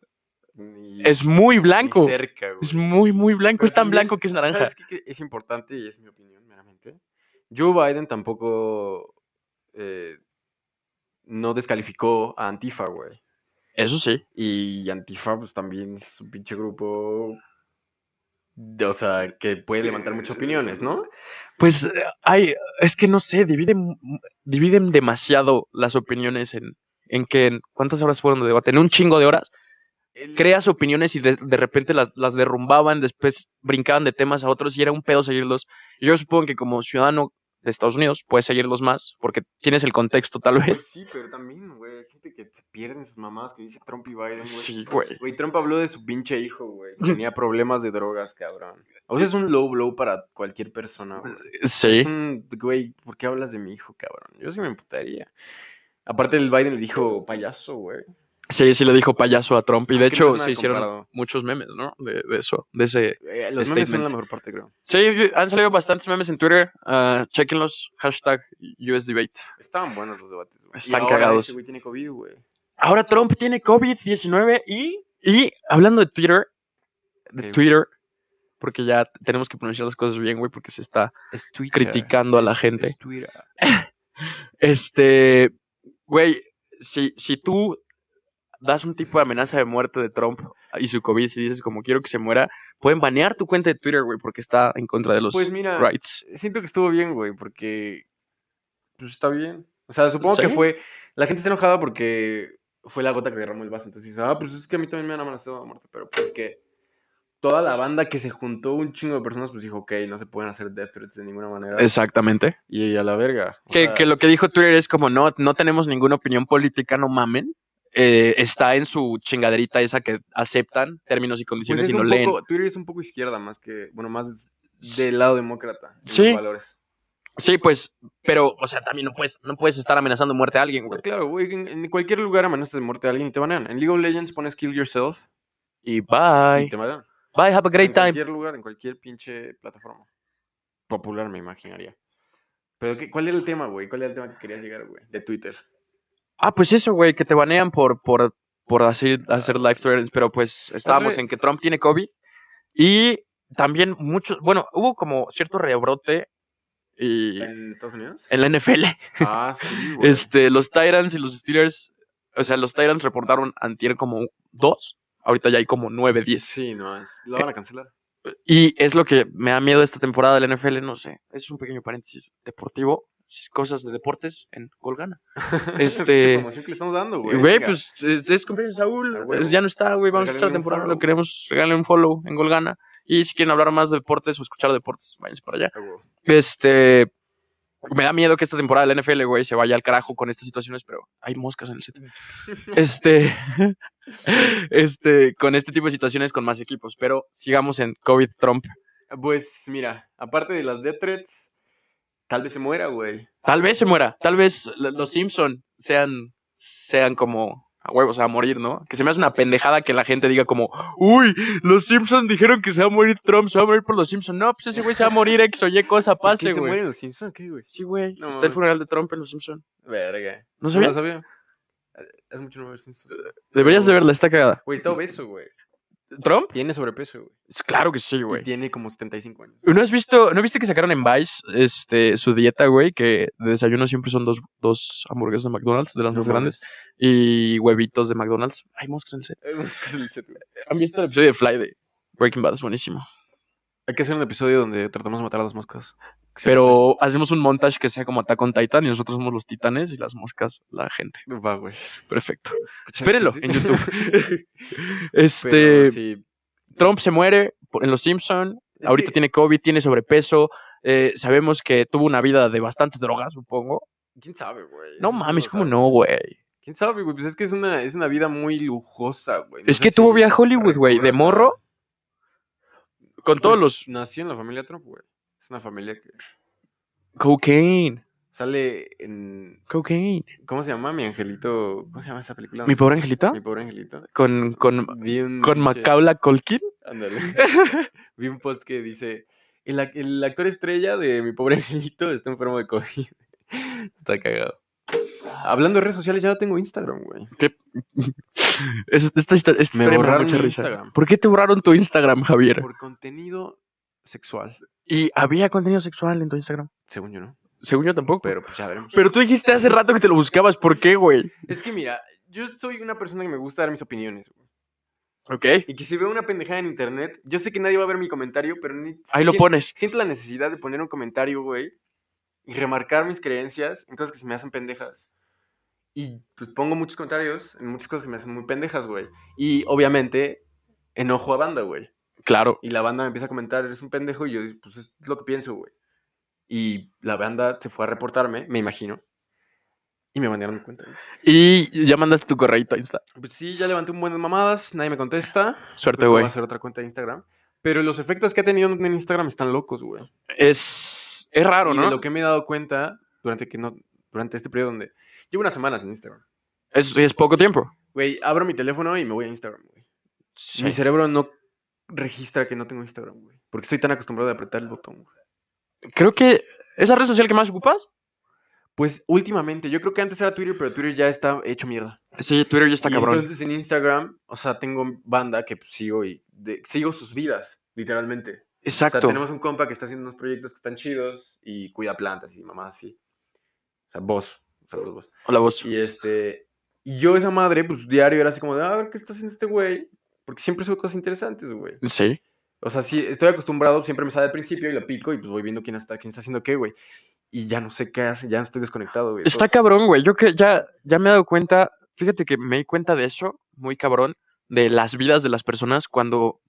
[SPEAKER 2] Ni,
[SPEAKER 1] Es muy blanco.
[SPEAKER 2] ni cerca, güey.
[SPEAKER 1] Es muy, muy blanco.
[SPEAKER 2] Pero
[SPEAKER 1] es tan
[SPEAKER 2] también,
[SPEAKER 1] blanco que es naranja.
[SPEAKER 2] ¿Sabes qué, qué es importante? Y es mi opinión, meramente. Joe Biden tampoco eh, no descalificó a Antifa, güey.
[SPEAKER 1] Eso sí.
[SPEAKER 2] Y Antifa, pues también es un pinche grupo. de- o sea, que puede levantar muchas opiniones, ¿no?
[SPEAKER 1] Pues eh, hay, es que no sé, dividen, mu- dividen demasiado las opiniones en, en que en cuántas horas fueron de debate, en un chingo de horas,
[SPEAKER 2] El-
[SPEAKER 1] creas opiniones y de, de repente las, las derrumbaban, después brincaban de temas a otros y era un pedo seguirlos. Y Yo supongo que como ciudadano de Estados Unidos, puedes seguirlos más, porque tienes el contexto tal vez.
[SPEAKER 2] Pues Sí, pero también, güey, hay gente que se pierden sus mamás que dice Trump y Biden, güey.
[SPEAKER 1] Sí, güey.
[SPEAKER 2] Güey, Trump habló de su pinche hijo, güey. Tenía problemas de drogas, cabrón. O sea, es un low blow para cualquier persona, güey.
[SPEAKER 1] Sí.
[SPEAKER 2] Es un, güey, ¿por qué hablas de mi hijo, cabrón? Yo sí me emputaría. Aparte, el Biden le dijo payaso, güey.
[SPEAKER 1] Sí, sí le dijo payaso a Trump. Y de
[SPEAKER 2] Aunque Ah,
[SPEAKER 1] hecho
[SPEAKER 2] no es nada
[SPEAKER 1] se hicieron
[SPEAKER 2] comparado.
[SPEAKER 1] muchos memes, ¿no? De, de eso, de ese.
[SPEAKER 2] Eh, los memes son
[SPEAKER 1] Statement.
[SPEAKER 2] la mejor parte, creo.
[SPEAKER 1] Sí, yo- han salido bastantes memes en Twitter. ah, chequenlos. Hashtag USDebate.
[SPEAKER 2] Estaban buenos los debates, güey. Y
[SPEAKER 1] Están
[SPEAKER 2] ahora
[SPEAKER 1] cagados.
[SPEAKER 2] ese güey tiene COVID, güey.
[SPEAKER 1] Ahora Trump tiene COVID-19 y, y hablando de Twitter, de
[SPEAKER 2] Ok.
[SPEAKER 1] Twitter, porque ya t- tenemos que pronunciar las cosas bien, güey, porque se está
[SPEAKER 2] Es Twitter.
[SPEAKER 1] criticando a la gente.
[SPEAKER 2] Es Twitter.
[SPEAKER 1] Este, güey, si, si tú das un tipo de amenaza de muerte de Trump y su COVID, si dices como quiero que se muera, pueden banear tu cuenta de Twitter, güey, porque está en contra de los
[SPEAKER 2] Pues mira,
[SPEAKER 1] rights.
[SPEAKER 2] siento que estuvo bien, güey, porque pues está bien. O sea, supongo
[SPEAKER 1] ¿Sí?
[SPEAKER 2] que fue la gente está enojada porque fue la gota que derramó el vaso, entonces dice, "Ah, pues es que a mí también me han amenazado de muerte", pero pues es que toda la banda que se juntó un chingo de personas pues dijo, ok, no se pueden hacer death threats de ninguna manera."
[SPEAKER 1] Exactamente.
[SPEAKER 2] Y a la verga. O
[SPEAKER 1] Que,
[SPEAKER 2] sea,
[SPEAKER 1] que lo que dijo Twitter es como, no, no tenemos ninguna opinión política, no mamen. Eh, está en su chingaderita esa que aceptan términos y
[SPEAKER 2] pues
[SPEAKER 1] condiciones
[SPEAKER 2] es
[SPEAKER 1] y no
[SPEAKER 2] un
[SPEAKER 1] leen.
[SPEAKER 2] poco, Twitter es un poco izquierda más que, bueno, más del lado demócrata en
[SPEAKER 1] Sí.
[SPEAKER 2] los valores.
[SPEAKER 1] Sí, pues, pero, o sea, también no puedes, no puedes estar amenazando muerte a alguien, güey.
[SPEAKER 2] Claro, güey, en, en cualquier lugar amenazas de muerte a alguien y te banean. En League of Legends pones kill yourself
[SPEAKER 1] Y bye.
[SPEAKER 2] y te banean.
[SPEAKER 1] Bye, have a great
[SPEAKER 2] en
[SPEAKER 1] time.
[SPEAKER 2] cualquier lugar, en cualquier pinche plataforma. Popular, me imaginaría. Pero, ¿qué- ¿cuál era el tema, güey? ¿Cuál era el tema que querías llegar, güey? De Twitter.
[SPEAKER 1] Ah, pues eso, güey, que te banean por, por, por así
[SPEAKER 2] Ah.
[SPEAKER 1] hacer live threads, pero pues estábamos
[SPEAKER 2] Darle-
[SPEAKER 1] en que Trump tiene COVID y también muchos, bueno, hubo como cierto rebrote y eh, en
[SPEAKER 2] ¿En Estados Unidos?
[SPEAKER 1] la NFL.
[SPEAKER 2] Ah, sí, güey.
[SPEAKER 1] Este, los Tyrants y los Steelers, o sea, los Tyrants reportaron antier como dos, ahorita ya hay como nueve, diez.
[SPEAKER 2] Sí, no, es... lo van a cancelar.
[SPEAKER 1] Y es lo que me da miedo de esta temporada de la NFL, no sé. Es un pequeño paréntesis deportivo, cosas de deportes en Colgana.
[SPEAKER 2] Pinche
[SPEAKER 1] Este,
[SPEAKER 2] promoción que le estamos dando, güey.
[SPEAKER 1] güey,
[SPEAKER 2] venga.
[SPEAKER 1] pues es, es cumpleaños de Saúl,
[SPEAKER 2] A huevo.
[SPEAKER 1] es- ya no está, güey, vamos a echar
[SPEAKER 2] Regálenle un
[SPEAKER 1] temporada,
[SPEAKER 2] follow.
[SPEAKER 1] lo queremos, regalen un follow en Golgana. Y si quieren hablar más de deportes o escuchar deportes, váyanse para allá.
[SPEAKER 2] Ah, güey.
[SPEAKER 1] Este. Me da miedo que esta temporada de la NFL, güey, se vaya al carajo con estas situaciones, pero hay moscas en el set. Este. este. Con este tipo de situaciones con más equipos, pero sigamos en COVID Trump.
[SPEAKER 2] Pues, mira, aparte de las death threats, tal vez se muera, güey.
[SPEAKER 1] Tal vez se muera, tal vez l- los Simpson sean. sean como. A huevos, a morir, ¿no? Que se me hace una pendejada que la gente diga como, uy, los Simpson dijeron que se va a morir Trump, se va a morir por los Simpson. No, pues ese güey se va a morir X o Y cosa,
[SPEAKER 2] ¿Por qué
[SPEAKER 1] pase,
[SPEAKER 2] se
[SPEAKER 1] güey.
[SPEAKER 2] mueren los Simpsons? ¿Qué, güey?
[SPEAKER 1] Sí, güey. Está
[SPEAKER 2] No
[SPEAKER 1] el
[SPEAKER 2] mames.
[SPEAKER 1] funeral de Trump en los Simpson.
[SPEAKER 2] Verga.
[SPEAKER 1] ¿No
[SPEAKER 2] No lo
[SPEAKER 1] sabías?
[SPEAKER 2] sabía. Eh, Es mucho no ver Simpsons.
[SPEAKER 1] Deberías de verla, está cagada.
[SPEAKER 2] Güey, está obeso, güey.
[SPEAKER 1] ¿Trump?
[SPEAKER 2] Tiene sobrepeso, güey.
[SPEAKER 1] Es Claro que sí,
[SPEAKER 2] Y
[SPEAKER 1] güey.
[SPEAKER 2] tiene como 75 años.
[SPEAKER 1] ¿No has visto, no viste que sacaron en Vice este, su dieta, güey? Que de desayuno siempre son dos, dos hamburguesas de McDonald's, de las más grandes, y huevitos de McDonald's. Hay moscas en el set. ¿Han visto el episodio de Fly de Breaking Bad? Es buenísimo.
[SPEAKER 2] Hay que hacer un episodio donde tratamos de matar a las moscas. Que sea
[SPEAKER 1] Pero hacemos un montaje que sea como Attack on Titan y nosotros somos los titanes y las moscas la gente.
[SPEAKER 2] este- Va, güey.
[SPEAKER 1] Perfecto.
[SPEAKER 2] Escucha,
[SPEAKER 1] Espérenlo
[SPEAKER 2] sí.
[SPEAKER 1] en YouTube.
[SPEAKER 2] Pero
[SPEAKER 1] Este,
[SPEAKER 2] sí.
[SPEAKER 1] Trump se muere por- en Los Simpson
[SPEAKER 2] Es
[SPEAKER 1] ahorita
[SPEAKER 2] que
[SPEAKER 1] tiene COVID, tiene sobrepeso. eh, sabemos que tuvo una vida de bastantes drogas, supongo.
[SPEAKER 2] ¿Quién sabe, güey?
[SPEAKER 1] No
[SPEAKER 2] Eso sí
[SPEAKER 1] mames,
[SPEAKER 2] lo
[SPEAKER 1] ¿cómo
[SPEAKER 2] sabes.
[SPEAKER 1] no, güey?
[SPEAKER 2] ¿Quién sabe, güey? Pues es que es una, es una vida muy lujosa, güey.
[SPEAKER 1] Es que tuvo vida a Hollywood, güey, de
[SPEAKER 2] recurras a-
[SPEAKER 1] morro, Con todos
[SPEAKER 2] Pues,
[SPEAKER 1] los
[SPEAKER 2] Nació en la familia Trump, güey. Es una familia que
[SPEAKER 1] cocaine,
[SPEAKER 2] sale en...
[SPEAKER 1] cocaine.
[SPEAKER 2] ¿Cómo se llama mi angelito? ¿Cómo se llama esa película?
[SPEAKER 1] Mi pobre angelito
[SPEAKER 2] Mi pobre angelito.
[SPEAKER 1] con con
[SPEAKER 2] Vi un
[SPEAKER 1] con
[SPEAKER 2] pinche-
[SPEAKER 1] Macaula Colkin.
[SPEAKER 2] Ándale. Vi un post que dice: el, ac- el actor estrella de mi pobre angelito está enfermo de COVID. está cagado. Hablando de redes sociales, ya no tengo Instagram, güey.
[SPEAKER 1] Es- Esta, histo- esta
[SPEAKER 2] Me
[SPEAKER 1] historia me da
[SPEAKER 2] borraron
[SPEAKER 1] mucha
[SPEAKER 2] mi
[SPEAKER 1] risa.
[SPEAKER 2] Instagram.
[SPEAKER 1] ¿Por qué te borraron tu Instagram, Javier?
[SPEAKER 2] Por contenido sexual,
[SPEAKER 1] Y había contenido sexual en tu Instagram.
[SPEAKER 2] según yo, ¿no?
[SPEAKER 1] Según yo tampoco. Pero,
[SPEAKER 2] Pero pues ya veremos.
[SPEAKER 1] tú dijiste hace rato que te lo buscabas. ¿Por qué, güey?
[SPEAKER 2] Es que mira, yo soy una persona que me gusta dar mis opiniones. güey.
[SPEAKER 1] Ok.
[SPEAKER 2] Y que si veo una pendejada en internet, yo sé que nadie va a ver mi comentario, pero ni-
[SPEAKER 1] Ahí lo
[SPEAKER 2] sien-
[SPEAKER 1] pones.
[SPEAKER 2] Siento la necesidad de poner un comentario, güey, y remarcar mis creencias en cosas que se me hacen pendejas. Y pues pongo muchos comentarios en muchas cosas que me hacen muy pendejas, güey. Y obviamente enojo a banda, güey.
[SPEAKER 1] Claro.
[SPEAKER 2] Y la banda me empieza a comentar, eres un pendejo, y yo, pues es lo que pienso, güey. Y la banda se fue a reportarme, me imagino. Y me mandaron mi cuenta.
[SPEAKER 1] Y ya mandaste tu correo a Insta.
[SPEAKER 2] Pues sí, ya levanté un buen de mamadas, nadie me contesta.
[SPEAKER 1] Suerte,
[SPEAKER 2] Creo que voy
[SPEAKER 1] güey.
[SPEAKER 2] a hacer otra cuenta de Instagram. Pero los efectos que ha tenido en Instagram están locos, güey.
[SPEAKER 1] Es, es raro,
[SPEAKER 2] y
[SPEAKER 1] ¿no?
[SPEAKER 2] de lo que me he dado cuenta durante, que no, durante este periodo donde... Llevo unas semanas en Instagram.
[SPEAKER 1] Es, es poco tiempo.
[SPEAKER 2] Güey, abro mi teléfono y me voy a Instagram, güey. Mi cerebro no registra que no tengo Instagram, güey. Porque estoy tan acostumbrado a apretar el botón, güey.
[SPEAKER 1] Creo que es la red social que más ocupas.
[SPEAKER 2] Pues últimamente, yo creo que antes era Twitter, pero Twitter ya está hecho mierda.
[SPEAKER 1] Sí, Twitter ya está
[SPEAKER 2] y
[SPEAKER 1] cabrón.
[SPEAKER 2] entonces en Instagram, o sea, tengo banda que pues, sigo y de- sigo sus vidas, literalmente.
[SPEAKER 1] Exacto.
[SPEAKER 2] O sea, tenemos un compa que está haciendo unos proyectos que están chidos y cuida plantas y mamás así. O sea, vos. Saludos, vos.
[SPEAKER 1] Hola, vos.
[SPEAKER 2] Y este. Y yo, esa madre, pues diario era así como de, "Ah, a ver qué está haciendo este güey. Porque siempre sube cosas interesantes, güey.
[SPEAKER 1] Sí.
[SPEAKER 2] O sea, sí, estoy acostumbrado, siempre me sale al principio y lo pico y pues voy viendo quién está, quién está haciendo qué, güey. Y ya no sé qué hace, ya estoy desconectado, güey.
[SPEAKER 1] Está
[SPEAKER 2] Entonces,
[SPEAKER 1] cabrón, güey. Yo que ya, ya me he dado cuenta. Fíjate que me di cuenta de eso, muy cabrón, de las vidas de las personas cuando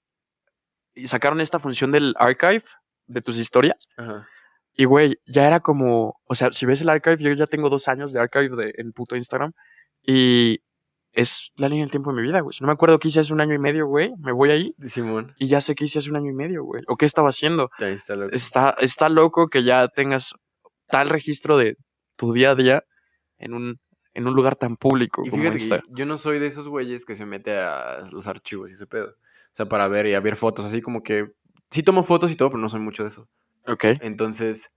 [SPEAKER 1] sacaron esta función del archive de tus historias.
[SPEAKER 2] ajá.
[SPEAKER 1] Y, güey, ya era como, o sea, si ves el archive, yo ya tengo dos años de archive de, en puto Instagram. Y es la línea del tiempo de mi vida, güey. Si no me acuerdo qué hice hace un año y medio, güey, me voy ahí
[SPEAKER 2] Simón,
[SPEAKER 1] y ya sé qué hice hace un año y medio, güey. O qué estaba haciendo.
[SPEAKER 2] ya está loco.
[SPEAKER 1] Está, está loco que ya tengas tal registro de tu día a día en un, en un lugar tan público
[SPEAKER 2] Y
[SPEAKER 1] como
[SPEAKER 2] fíjate
[SPEAKER 1] Insta.
[SPEAKER 2] que yo no soy de esos güeyes que se mete a los archivos y ese pedo. O sea, para ver y a ver fotos, así como que. Sí tomo fotos y todo, pero no soy mucho de eso.
[SPEAKER 1] Ok.
[SPEAKER 2] Entonces.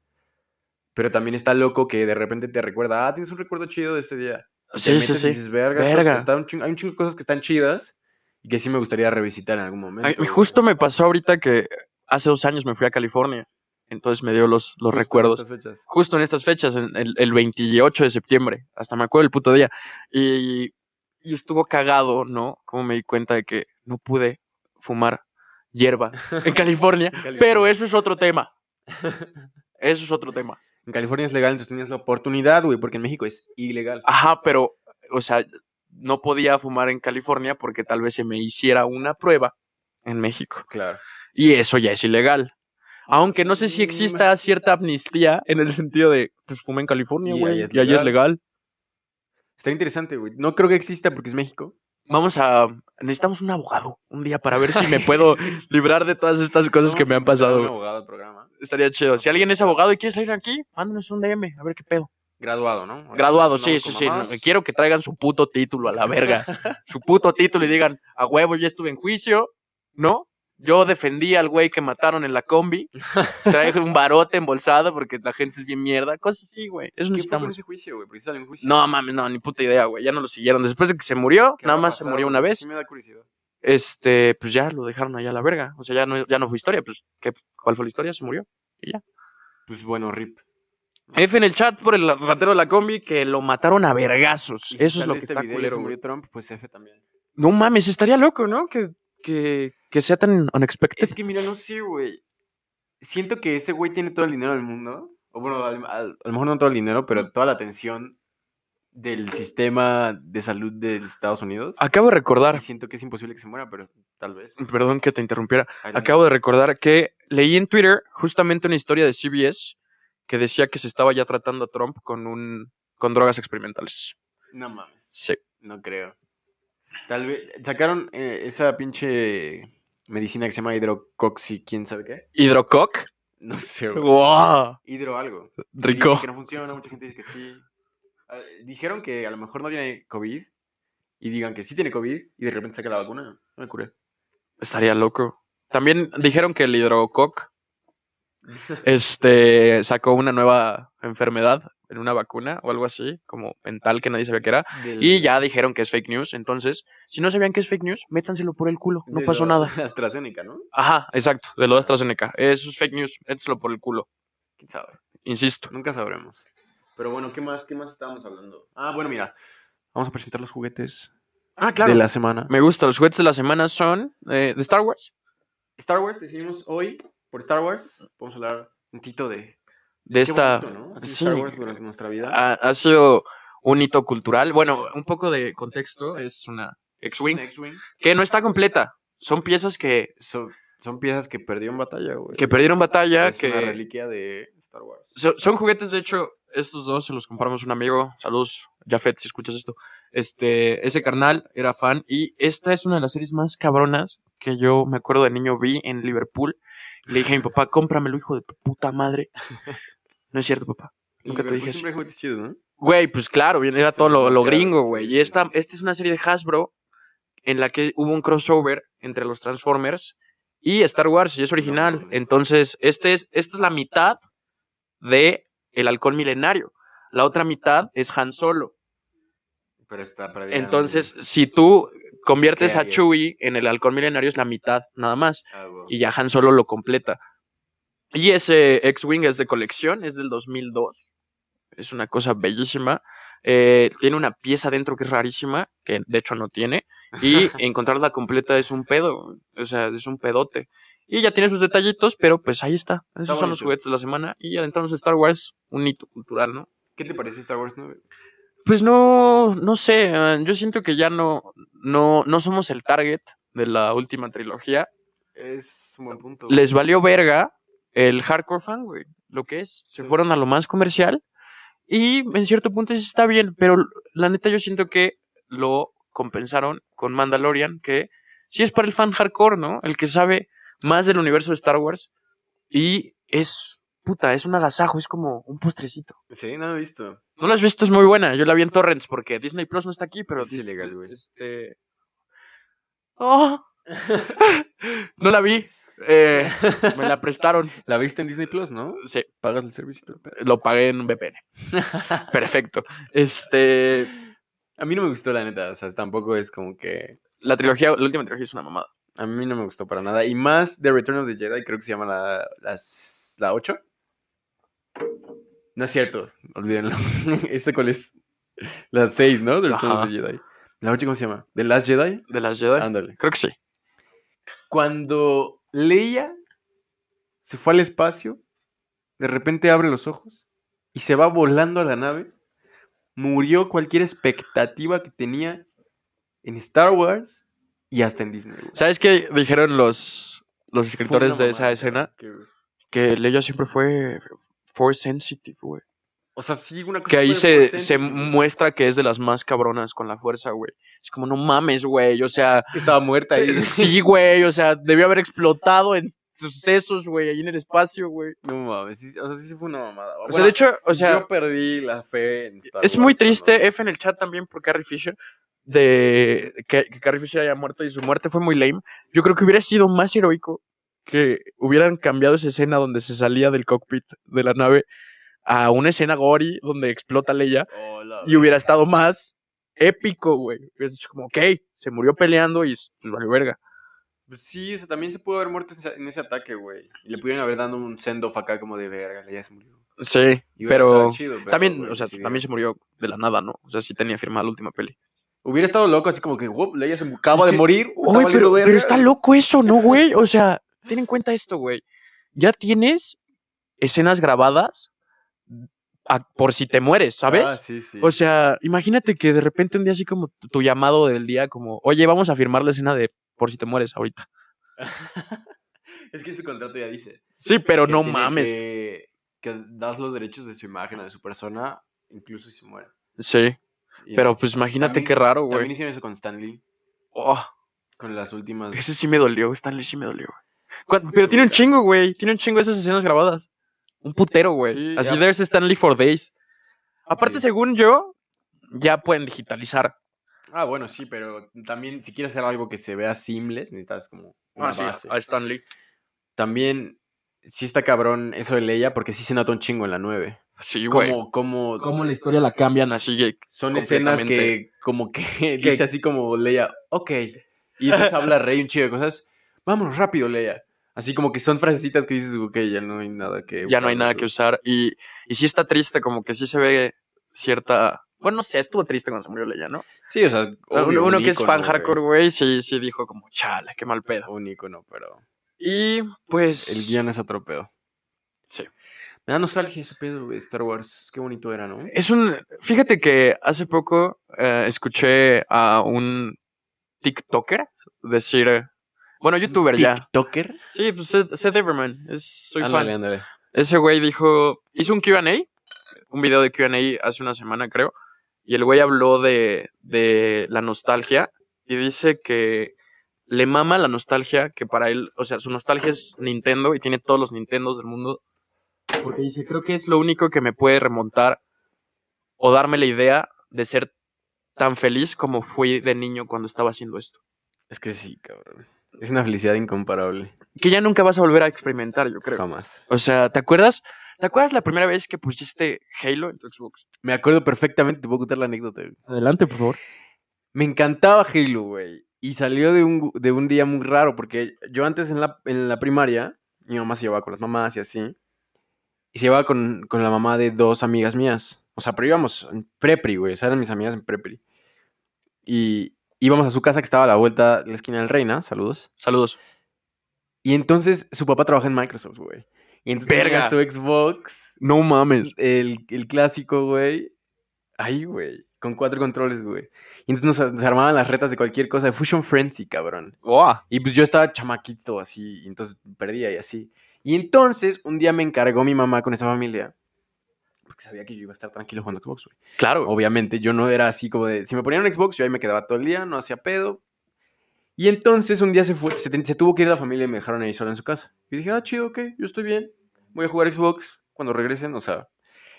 [SPEAKER 2] Pero también está loco que de repente te recuerda, ah, tienes un recuerdo chido de este día. Y te
[SPEAKER 1] Sí, sí,
[SPEAKER 2] metes y
[SPEAKER 1] sí.
[SPEAKER 2] dices, verga, esto-
[SPEAKER 1] Verga.
[SPEAKER 2] está un chingo- hay un chingo de cosas que están chidas y que sí me gustaría revisitar en algún momento.
[SPEAKER 1] Ay,
[SPEAKER 2] güey.
[SPEAKER 1] justo me pasó ahorita que hace dos años me fui a California. Entonces me dio los, los
[SPEAKER 2] Justo en
[SPEAKER 1] recuerdos.
[SPEAKER 2] estas fechas.
[SPEAKER 1] justo en estas fechas, en el, el 28 de septiembre, hasta me acuerdo el puto día. Y, y estuvo cagado, ¿no? Como me di cuenta de que no pude fumar hierba en California,
[SPEAKER 2] California.
[SPEAKER 1] pero eso es otro tema. Eso es otro tema.
[SPEAKER 2] En California es legal, entonces tenías la oportunidad, güey, porque en México es ilegal.
[SPEAKER 1] Ajá, pero, o sea, no podía fumar en California porque tal vez se me hiciera una prueba en México.
[SPEAKER 2] Claro.
[SPEAKER 1] Y eso ya es ilegal. Aunque no sé si
[SPEAKER 2] Mm.
[SPEAKER 1] exista cierta amnistía en el sentido de, pues fuma en California,
[SPEAKER 2] Y ahí
[SPEAKER 1] güey,
[SPEAKER 2] es
[SPEAKER 1] y ahí es
[SPEAKER 2] legal.
[SPEAKER 1] legal.
[SPEAKER 2] Está interesante, güey. No creo que exista porque es México.
[SPEAKER 1] Vamos a. Necesitamos un abogado un día para ver si me puedo librar de todas estas cosas que me han
[SPEAKER 2] Un
[SPEAKER 1] pasado.
[SPEAKER 2] abogado del programa.
[SPEAKER 1] Estaría chido. Si alguien es abogado y quiere salir aquí, mándanos un DM, a ver qué pedo.
[SPEAKER 2] Graduado, ¿no? Ahora
[SPEAKER 1] Graduado, sí,
[SPEAKER 2] andamos
[SPEAKER 1] sí,
[SPEAKER 2] con
[SPEAKER 1] sí.
[SPEAKER 2] mamadas.
[SPEAKER 1] no, Quiero que traigan su puto título a la verga. su puto título y digan, a huevo, yo estuve en juicio, ¿no? Yo defendí al güey que mataron en la combi. Traje un barote embolsado porque la gente es bien mierda. Cosas así, güey. Eso
[SPEAKER 2] ¿Qué fue con
[SPEAKER 1] necesitamos.
[SPEAKER 2] ese juicio, güey? Porque sí salió en juicio.
[SPEAKER 1] No mames, no, ni puta idea, güey. Ya no lo siguieron. Después de que se murió,
[SPEAKER 2] ¿Qué
[SPEAKER 1] nada
[SPEAKER 2] va a
[SPEAKER 1] más se
[SPEAKER 2] pasar,
[SPEAKER 1] murió
[SPEAKER 2] güey?
[SPEAKER 1] una vez
[SPEAKER 2] Sí me da curiosidad.
[SPEAKER 1] este, pues ya lo dejaron allá a la verga. O sea, ya no, ya no fue historia, pues, ¿qué, ¿cuál fue la historia? Se murió.
[SPEAKER 2] Pues bueno, rip.
[SPEAKER 1] F en el chat por el ratero de la combi que lo mataron a vergazos.
[SPEAKER 2] Y si
[SPEAKER 1] Eso es
[SPEAKER 2] sale
[SPEAKER 1] lo que
[SPEAKER 2] este
[SPEAKER 1] está
[SPEAKER 2] video y
[SPEAKER 1] culero,
[SPEAKER 2] se
[SPEAKER 1] güey.
[SPEAKER 2] murió Trump, pues F también.
[SPEAKER 1] No mames, estaría loco, ¿no? Que, que, que sea tan unexpected.
[SPEAKER 2] Es que mira, no sé, güey. Siento que ese güey tiene todo el dinero del mundo. O bueno, al- al- a lo mejor no todo el dinero, pero toda la atención del sistema de salud de Estados Unidos.
[SPEAKER 1] Acabo de
[SPEAKER 2] Y
[SPEAKER 1] recordar,
[SPEAKER 2] siento que es imposible que se muera, pero tal vez.
[SPEAKER 1] perdón que te interrumpiera,
[SPEAKER 2] Adelante.
[SPEAKER 1] acabo de recordar que leí en Twitter justamente una historia de CBS que decía que se estaba ya tratando a Trump con un con drogas experimentales.
[SPEAKER 2] No mames,
[SPEAKER 1] Sí.
[SPEAKER 2] no creo. Tal vez sacaron eh, esa pinche medicina que se llama hidrocoxi, quién sabe qué.
[SPEAKER 1] ¿Hidrococ?
[SPEAKER 2] No sé, güey.
[SPEAKER 1] ¡Wow!
[SPEAKER 2] Hidro algo. Y
[SPEAKER 1] Rico.
[SPEAKER 2] dicen que no funciona, mucha gente dice que sí. Ah, Dijeron que a lo mejor no tiene COVID y digan que sí tiene COVID y de repente saca la vacuna. No me curé.
[SPEAKER 1] Estaría loco. También dijeron que el hidrococ este, sacó una nueva enfermedad en una vacuna o algo así, como mental que nadie sabía que era.
[SPEAKER 2] Del-
[SPEAKER 1] Y ya dijeron que es fake news. Entonces, si no sabían que es fake news, métanselo por el culo. No
[SPEAKER 2] de
[SPEAKER 1] pasó
[SPEAKER 2] lo-
[SPEAKER 1] nada.
[SPEAKER 2] AstraZeneca, ¿no?
[SPEAKER 1] Ajá, exacto. De lo de AstraZeneca. Eso es fake news. Métanselo por el culo.
[SPEAKER 2] ¿Quién sabe?
[SPEAKER 1] Insisto.
[SPEAKER 2] Nunca sabremos. Pero bueno, ¿qué más, qué más estábamos hablando? Ah, bueno, mira. Vamos a presentar los juguetes
[SPEAKER 1] Ah, claro.
[SPEAKER 2] de la semana.
[SPEAKER 1] Me gusta. Los juguetes de la semana son eh, de Star Wars.
[SPEAKER 2] Star Wars, decidimos hoy, por Star Wars, vamos a hablar un tito de
[SPEAKER 1] De
[SPEAKER 2] qué
[SPEAKER 1] esta.
[SPEAKER 2] bonito, ¿no? Así
[SPEAKER 1] sí. Ah,
[SPEAKER 2] Star Wars durante nuestra vida.
[SPEAKER 1] Ha, ha sido un hito cultural. Bueno,
[SPEAKER 2] sí.
[SPEAKER 1] un poco de contexto. Es una X-Wing
[SPEAKER 2] X-Wing.
[SPEAKER 1] que no está completa. Son piezas que
[SPEAKER 2] So, Son piezas que perdió en batalla, güey.
[SPEAKER 1] Que perdieron batalla,
[SPEAKER 2] es
[SPEAKER 1] que...
[SPEAKER 2] una reliquia de Star Wars.
[SPEAKER 1] So- son juguetes, de hecho, estos dos se los compramos un amigo. Saludos, Jafet, si escuchas esto. Este, ese carnal era fan y esta es una de las series más cabronas que yo me acuerdo de niño vi en Liverpool. Le dije a mi papá, cómpramelo, hijo de tu puta madre. No es cierto, papá. Nunca te
[SPEAKER 2] Liverpool
[SPEAKER 1] dije
[SPEAKER 2] Siempre ¿eh? hay juguetes chidos, ¿no?
[SPEAKER 1] Güey, pues claro, bien, era
[SPEAKER 2] Son
[SPEAKER 1] todo lo,
[SPEAKER 2] más
[SPEAKER 1] lo
[SPEAKER 2] caros,
[SPEAKER 1] gringo,
[SPEAKER 2] sí,
[SPEAKER 1] güey.
[SPEAKER 2] sí.
[SPEAKER 1] Y esta, esta es una serie de Hasbro en la que hubo un crossover entre los Transformers y Star Wars, y es original.
[SPEAKER 2] mames.
[SPEAKER 1] Entonces, este es, esta es la mitad de El Halcón Milenario. La otra mitad es Han Solo.
[SPEAKER 2] Pero está perdida.
[SPEAKER 1] Entonces, si tú conviertes a
[SPEAKER 2] Quedaría.
[SPEAKER 1] Chewie en El Halcón Milenario, es la mitad, nada más
[SPEAKER 2] Ah, güey.
[SPEAKER 1] y ya Han Solo lo completa. Y ese X-Wing es de colección, es del 2002. Es una cosa bellísima. Eh, tiene una pieza dentro que es rarísima, que de hecho no tiene. Y encontrarla completa es un pedo, o sea, es un pedote. Y ya tiene sus detallitos, pero pues ahí está. Esos son los
[SPEAKER 2] bonito.
[SPEAKER 1] juguetes de la semana. Y adentrarnos a Star Wars, un hito cultural, ¿no?
[SPEAKER 2] ¿Qué te parece Star Wars 9?
[SPEAKER 1] Pues no, no sé. eh, Yo siento que ya no, no, no somos el target de la última trilogía.
[SPEAKER 2] Es un buen punto. güey.
[SPEAKER 1] les valió verga el hardcore fan, güey. Lo que es. Se
[SPEAKER 2] Sí.
[SPEAKER 1] fueron a lo más comercial. Y en cierto punto sí está bien. Pero la neta, yo siento que lo compensaron con Mandalorian, que sí es para el fan hardcore, ¿no? El que sabe más del universo de Star Wars. Y es. Puta, es un agasajo, es como un postrecito.
[SPEAKER 2] Sí, no lo he visto.
[SPEAKER 1] No la has visto, es muy buena. Yo la vi en Torrents porque Disney Plus no está aquí, pero.
[SPEAKER 2] Es
[SPEAKER 1] Dis-
[SPEAKER 2] ilegal, güey.
[SPEAKER 1] Este. ¡Oh! no la vi. Eh, me la prestaron.
[SPEAKER 2] La viste en Disney Plus, ¿no?
[SPEAKER 1] Sí,
[SPEAKER 2] Pagas el servicio.
[SPEAKER 1] lo pagué en VPN. Perfecto. Este,
[SPEAKER 2] A mí no me gustó, la neta. O sea, tampoco es como que.
[SPEAKER 1] la trilogía, la última trilogía es una mamada.
[SPEAKER 2] A mí no me gustó para nada. Y más The Return of the Jedi, creo que se llama la, la, s- la 8. No es cierto, olvídenlo. ¿Esta cuál es? La 6, ¿no? The Return
[SPEAKER 1] Ajá.
[SPEAKER 2] of the Jedi. ¿La 8 cómo se llama? ¿The Last Jedi?
[SPEAKER 1] De las Jedi.
[SPEAKER 2] Ándale.
[SPEAKER 1] Creo que sí.
[SPEAKER 2] Cuando Leia se fue al espacio, de repente abre los ojos y se va volando a la nave, murió cualquier expectativa que tenía en Star Wars y hasta en Disney. güey.
[SPEAKER 1] ¿Sabes qué dijeron los, los escritores
[SPEAKER 2] Fue
[SPEAKER 1] de
[SPEAKER 2] una
[SPEAKER 1] esa
[SPEAKER 2] mamada,
[SPEAKER 1] escena?
[SPEAKER 2] que-
[SPEAKER 1] Que Leia siempre fue force sensitive, güey.
[SPEAKER 2] O sea, sí, una cosa
[SPEAKER 1] Que ahí
[SPEAKER 2] fue
[SPEAKER 1] se,
[SPEAKER 2] Force
[SPEAKER 1] se
[SPEAKER 2] Sensitive.
[SPEAKER 1] muestra que es de las más cabronas con la fuerza, güey. Es como, no mames, güey. O sea,
[SPEAKER 2] Estaba muerta ahí.
[SPEAKER 1] Eh, sí, güey. O sea, debió haber explotado en sus sesos, güey, ahí en el espacio, güey.
[SPEAKER 2] No mames, sí, o sea, sí fue una mamada.
[SPEAKER 1] O sea,
[SPEAKER 2] Bueno,
[SPEAKER 1] de hecho, o sea.
[SPEAKER 2] yo perdí la fe en Star
[SPEAKER 1] Es muy
[SPEAKER 2] Wars,
[SPEAKER 1] triste,
[SPEAKER 2] cabrón.
[SPEAKER 1] F en el chat también por Carrie Fisher, de que, que Carrie Fisher haya muerto y su muerte fue muy lame. Yo creo que hubiera sido más heroico que hubieran cambiado esa escena donde se salía del cockpit de la nave a una escena gory donde explota Leia
[SPEAKER 2] Hola,
[SPEAKER 1] y hubiera estado más épico, güey. Hubieras dicho como, ok, se murió peleando y s- pues vale verga.
[SPEAKER 2] Pues sí, o sea, también se pudo haber muerto en esa- en ese ataque, güey. Y le pudieron haber dado un send off acá como de verga, ya se murió.
[SPEAKER 1] Sí,
[SPEAKER 2] Y hubiera
[SPEAKER 1] pero
[SPEAKER 2] estado chido, pero,
[SPEAKER 1] también,
[SPEAKER 2] güey,
[SPEAKER 1] o sea,
[SPEAKER 2] sí,
[SPEAKER 1] también se murió de la nada, ¿no? O sea, sí tenía firmada la última peli.
[SPEAKER 2] Hubiera estado loco, así como que, wow, Leia se acaba de
[SPEAKER 1] Sí.
[SPEAKER 2] morir. uh, está
[SPEAKER 1] Oye,
[SPEAKER 2] valiendo
[SPEAKER 1] pero, pero
[SPEAKER 2] verga.
[SPEAKER 1] está loco eso, ¿no, güey? O sea, ten en cuenta esto, güey. Ya tienes escenas grabadas a- por si te mueres, ¿sabes?
[SPEAKER 2] Ah, sí, sí.
[SPEAKER 1] O sea, imagínate que de repente un día así como tu- tu llamado del día, como, oye, vamos a firmar la escena de por si te mueres ahorita.
[SPEAKER 2] es que en su contrato ya dice.
[SPEAKER 1] Sí, pero
[SPEAKER 2] que
[SPEAKER 1] no
[SPEAKER 2] tiene
[SPEAKER 1] mames.
[SPEAKER 2] Que, que das los derechos de su imagen o de su persona, incluso si muere.
[SPEAKER 1] Sí,
[SPEAKER 2] Y-
[SPEAKER 1] pero pues imagínate
[SPEAKER 2] También-
[SPEAKER 1] qué raro,
[SPEAKER 2] También
[SPEAKER 1] güey.
[SPEAKER 2] hicieron eso con Stanley,
[SPEAKER 1] Oh,
[SPEAKER 2] con las últimas.
[SPEAKER 1] ese sí me dolió, Stanley sí me dolió. güey. Cu-
[SPEAKER 2] Sí,
[SPEAKER 1] Pero tiene un
[SPEAKER 2] güey.
[SPEAKER 1] chingo, güey. Tiene un chingo esas escenas grabadas. Un putero, güey.
[SPEAKER 2] Sí,
[SPEAKER 1] Así
[SPEAKER 2] ya.
[SPEAKER 1] there's Stanley for days. Aparte,
[SPEAKER 2] Sí.
[SPEAKER 1] según yo, ya pueden digitalizar.
[SPEAKER 2] Ah, bueno, sí, pero también si quieres hacer algo que se vea seamless, necesitas como
[SPEAKER 1] Ah,
[SPEAKER 2] una base.
[SPEAKER 1] a Stanley.
[SPEAKER 2] También sí está cabrón eso de Leia, porque sí se nota un chingo en la 9.
[SPEAKER 1] Sí, güey.
[SPEAKER 2] Como, como
[SPEAKER 1] ¿Cómo la historia la cambian así? que-
[SPEAKER 2] son escenas que
[SPEAKER 1] completamente.
[SPEAKER 2] como que dice así como Leia, ok. Y entonces habla Rey un chingo de cosas. Vámonos rápido, Leia. Así como que son frasecitas que dices, ok, ya no hay nada que
[SPEAKER 1] Ya no hay
[SPEAKER 2] de
[SPEAKER 1] nada
[SPEAKER 2] eso".
[SPEAKER 1] que usar. Y, y sí está triste, como que sí se ve cierta. Bueno, no sé, estuvo triste cuando se murió Leia, ¿no?
[SPEAKER 2] Sí, o sea, obvio,
[SPEAKER 1] Ah, uno uno
[SPEAKER 2] un
[SPEAKER 1] que es
[SPEAKER 2] ícono,
[SPEAKER 1] fan
[SPEAKER 2] güey.
[SPEAKER 1] hardcore, güey, sí, sí dijo como, chale, qué mal pedo.
[SPEAKER 2] Un icono, pero
[SPEAKER 1] Y pues.
[SPEAKER 2] el guión es otro pedo.
[SPEAKER 1] Sí.
[SPEAKER 2] Me da nostalgia ese pedo de Star Wars. Qué bonito era, ¿no?
[SPEAKER 1] Es un. Fíjate que hace poco eh, escuché a un TikToker decir. eh, Bueno, youtuber ya.
[SPEAKER 2] ¿TikToker?
[SPEAKER 1] Sí, pues Seth, Seth Everman. Es, soy fan.
[SPEAKER 2] Ándale, ándale.
[SPEAKER 1] Ese güey dijo, hizo un QA, un video de QA hace una semana creo, y el güey habló de, de la nostalgia y dice que le mama la nostalgia, que para él, o sea, su nostalgia es Nintendo y tiene todos los Nintendos del mundo, porque dice, creo que es lo único que me puede remontar o darme la idea de ser tan feliz como fui de niño cuando estaba haciendo esto.
[SPEAKER 2] Es que sí, cabrón. Es una felicidad incomparable.
[SPEAKER 1] Que ya nunca vas a volver a experimentar, yo creo.
[SPEAKER 2] Jamás.
[SPEAKER 1] O sea, ¿te acuerdas? ¿Te acuerdas la primera vez que pusiste Halo en tu Xbox?
[SPEAKER 2] Me acuerdo perfectamente, te puedo contar la anécdota. güey.
[SPEAKER 1] Adelante, por favor.
[SPEAKER 2] Me encantaba Halo, güey. Y salió de un, de un día muy raro, porque yo antes en la, en la primaria, mi mamá se llevaba con las mamás y así. Y se llevaba con, con la mamá de dos amigas mías. O sea, pero íbamos en prepri, güey. O sea, eran mis amigas en prepri. Y íbamos a su casa que estaba a la vuelta de la esquina del Reina. Saludos.
[SPEAKER 1] Saludos.
[SPEAKER 2] Y entonces su papá trabaja en Microsoft, güey. Y entonces
[SPEAKER 1] Verga.
[SPEAKER 2] tenía su Xbox,
[SPEAKER 1] No mames.
[SPEAKER 2] el, el clásico, güey. Ahí, güey. Con cuatro controles, güey. Y entonces nos, nos armaban las retas de cualquier cosa. De Fusion Frenzy, cabrón. Y pues yo estaba chamaquito así. Y entonces perdía y así. Y entonces un día me encargó mi mamá con esa familia. Porque sabía que yo iba a estar tranquilo jugando Xbox, güey.
[SPEAKER 1] Claro.
[SPEAKER 2] Obviamente yo no era así como de... Si me ponían un Xbox, yo ahí me quedaba todo el día. No hacía pedo. Y entonces un día se fue, se, ten- se tuvo que ir la familia y me dejaron ahí solo en su casa. Y dije, ah, chido, ok, yo estoy bien. Voy a jugar Xbox cuando regresen, o sea.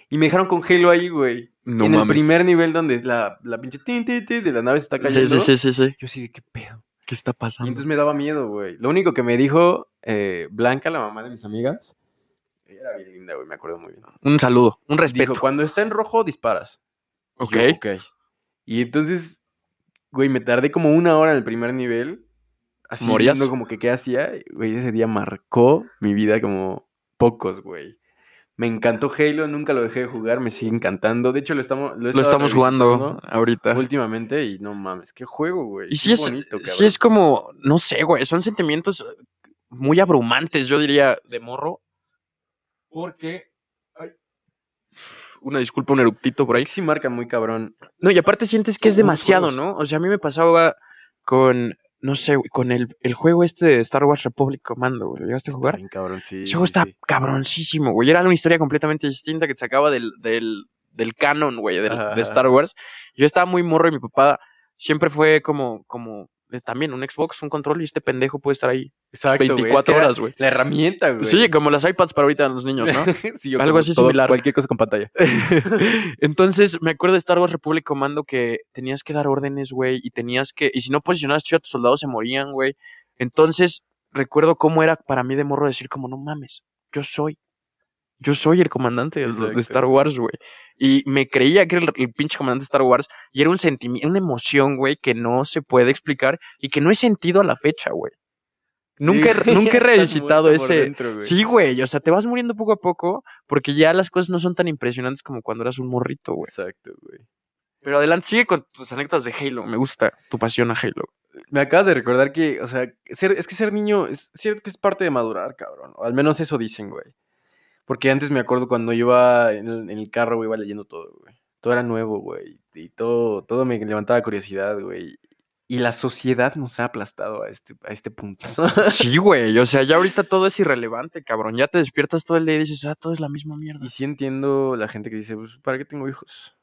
[SPEAKER 2] Y me dejaron con Halo ahí, güey.
[SPEAKER 1] No
[SPEAKER 2] en el
[SPEAKER 1] mames.
[SPEAKER 2] primer nivel donde la, la pinche tin, tin, tin de la nave se está
[SPEAKER 1] Sí,
[SPEAKER 2] cayendo.
[SPEAKER 1] sí, sí, sí, sí.
[SPEAKER 2] Yo así de qué pedo.
[SPEAKER 1] ¿Qué está
[SPEAKER 2] Y
[SPEAKER 1] pasando?
[SPEAKER 2] entonces me daba miedo, güey. Lo único que me dijo eh, Blanca, la mamá de mis amigas. Ella era bien linda, güey, me acuerdo muy bien.
[SPEAKER 1] Un saludo, un respeto.
[SPEAKER 2] Dijo, cuando está en rojo, disparas. Y
[SPEAKER 1] ok.
[SPEAKER 2] yo, ok. Y entonces, güey, me tardé como una hora en el primer nivel. Así
[SPEAKER 1] ¿Morías?
[SPEAKER 2] viendo como que qué hacía. Güey, ese día marcó mi vida como pocos, güey. Me encantó Halo, nunca lo dejé de jugar, me sigue encantando. De hecho, lo estamos,
[SPEAKER 1] Lo estamos jugando ahorita.
[SPEAKER 2] últimamente y no mames, qué juego, güey.
[SPEAKER 1] Y
[SPEAKER 2] Qué
[SPEAKER 1] sí es,
[SPEAKER 2] bonito,
[SPEAKER 1] sí es como, no sé, güey, son sentimientos muy abrumantes, yo diría, de morro. Porque... ay, Una disculpa, un eructito por ahí.
[SPEAKER 2] cabrón. sí marca muy cabrón.
[SPEAKER 1] No, y aparte sientes que es
[SPEAKER 2] Como unos
[SPEAKER 1] demasiado,
[SPEAKER 2] juegos.
[SPEAKER 1] ¿no? O sea, a mí me pasaba con, no sé, güey, con el, el juego este de Star Wars Republic Commando, güey. ¿Lo llegaste a jugar?
[SPEAKER 2] Bien cabrón, sí.
[SPEAKER 1] Ese
[SPEAKER 2] sí,
[SPEAKER 1] juego está
[SPEAKER 2] sí.
[SPEAKER 1] cabroncísimo, güey. Era una historia completamente distinta que te sacaba del, del, del canon, güey, del-
[SPEAKER 2] Ajá,
[SPEAKER 1] de
[SPEAKER 2] ajá.
[SPEAKER 1] Star Wars. Yo estaba muy morro y mi papá siempre fue como, como eh, también un Xbox, un control y este pendejo puede estar ahí
[SPEAKER 2] Exacto, güey, es
[SPEAKER 1] 24
[SPEAKER 2] que era
[SPEAKER 1] horas, güey.
[SPEAKER 2] La herramienta, güey.
[SPEAKER 1] Sí, como las iPads para ahorita los niños, ¿no?
[SPEAKER 2] Sí, o
[SPEAKER 1] Algo
[SPEAKER 2] como
[SPEAKER 1] así
[SPEAKER 2] todo-
[SPEAKER 1] similar.
[SPEAKER 2] Cualquier cosa con pantalla.
[SPEAKER 1] Entonces, me acuerdo de Star Wars Republic Commando que tenías que dar órdenes, güey, y tenías que, y si no posicionabas chido a tus soldados se morían, güey. Entonces, recuerdo cómo era para mí de morro decir como, no mames, yo soy, yo soy el comandante del- de,
[SPEAKER 2] Exacto.
[SPEAKER 1] Star Wars, güey. Y me creía que era el, el pinche comandante de Star Wars, y era un sentimiento, una emoción, güey, que no se puede explicar y que no he sentido a la fecha, güey. Nunca, he- nunca he
[SPEAKER 2] Estás
[SPEAKER 1] revisitado
[SPEAKER 2] muerto por
[SPEAKER 1] ese,
[SPEAKER 2] dentro, güey.
[SPEAKER 1] Sí, güey, o sea, te vas muriendo poco a poco porque ya las cosas no son tan impresionantes como cuando eras un morrito, güey.
[SPEAKER 2] Exacto, güey.
[SPEAKER 1] Pero adelante, sigue con tus anécdotas de Halo, me gusta tu pasión a Halo.
[SPEAKER 2] Me acabas de recordar que, o sea, ser, es que ser niño es cierto que es parte de madurar, cabrón. O al menos eso dicen, güey. Porque antes me acuerdo cuando iba en el, en el carro, güey, iba leyendo todo, güey. Todo era nuevo, güey. Y todo, todo me levantaba curiosidad, güey. Y la sociedad nos ha aplastado a este, a este punto.
[SPEAKER 1] Sí, güey, o sea, ya ahorita todo es irrelevante, cabrón. Ya te despiertas todo el día y dices, ah, todo es la misma mierda.
[SPEAKER 2] y sí entiendo la gente que dice, pues, ¿para qué tengo hijos?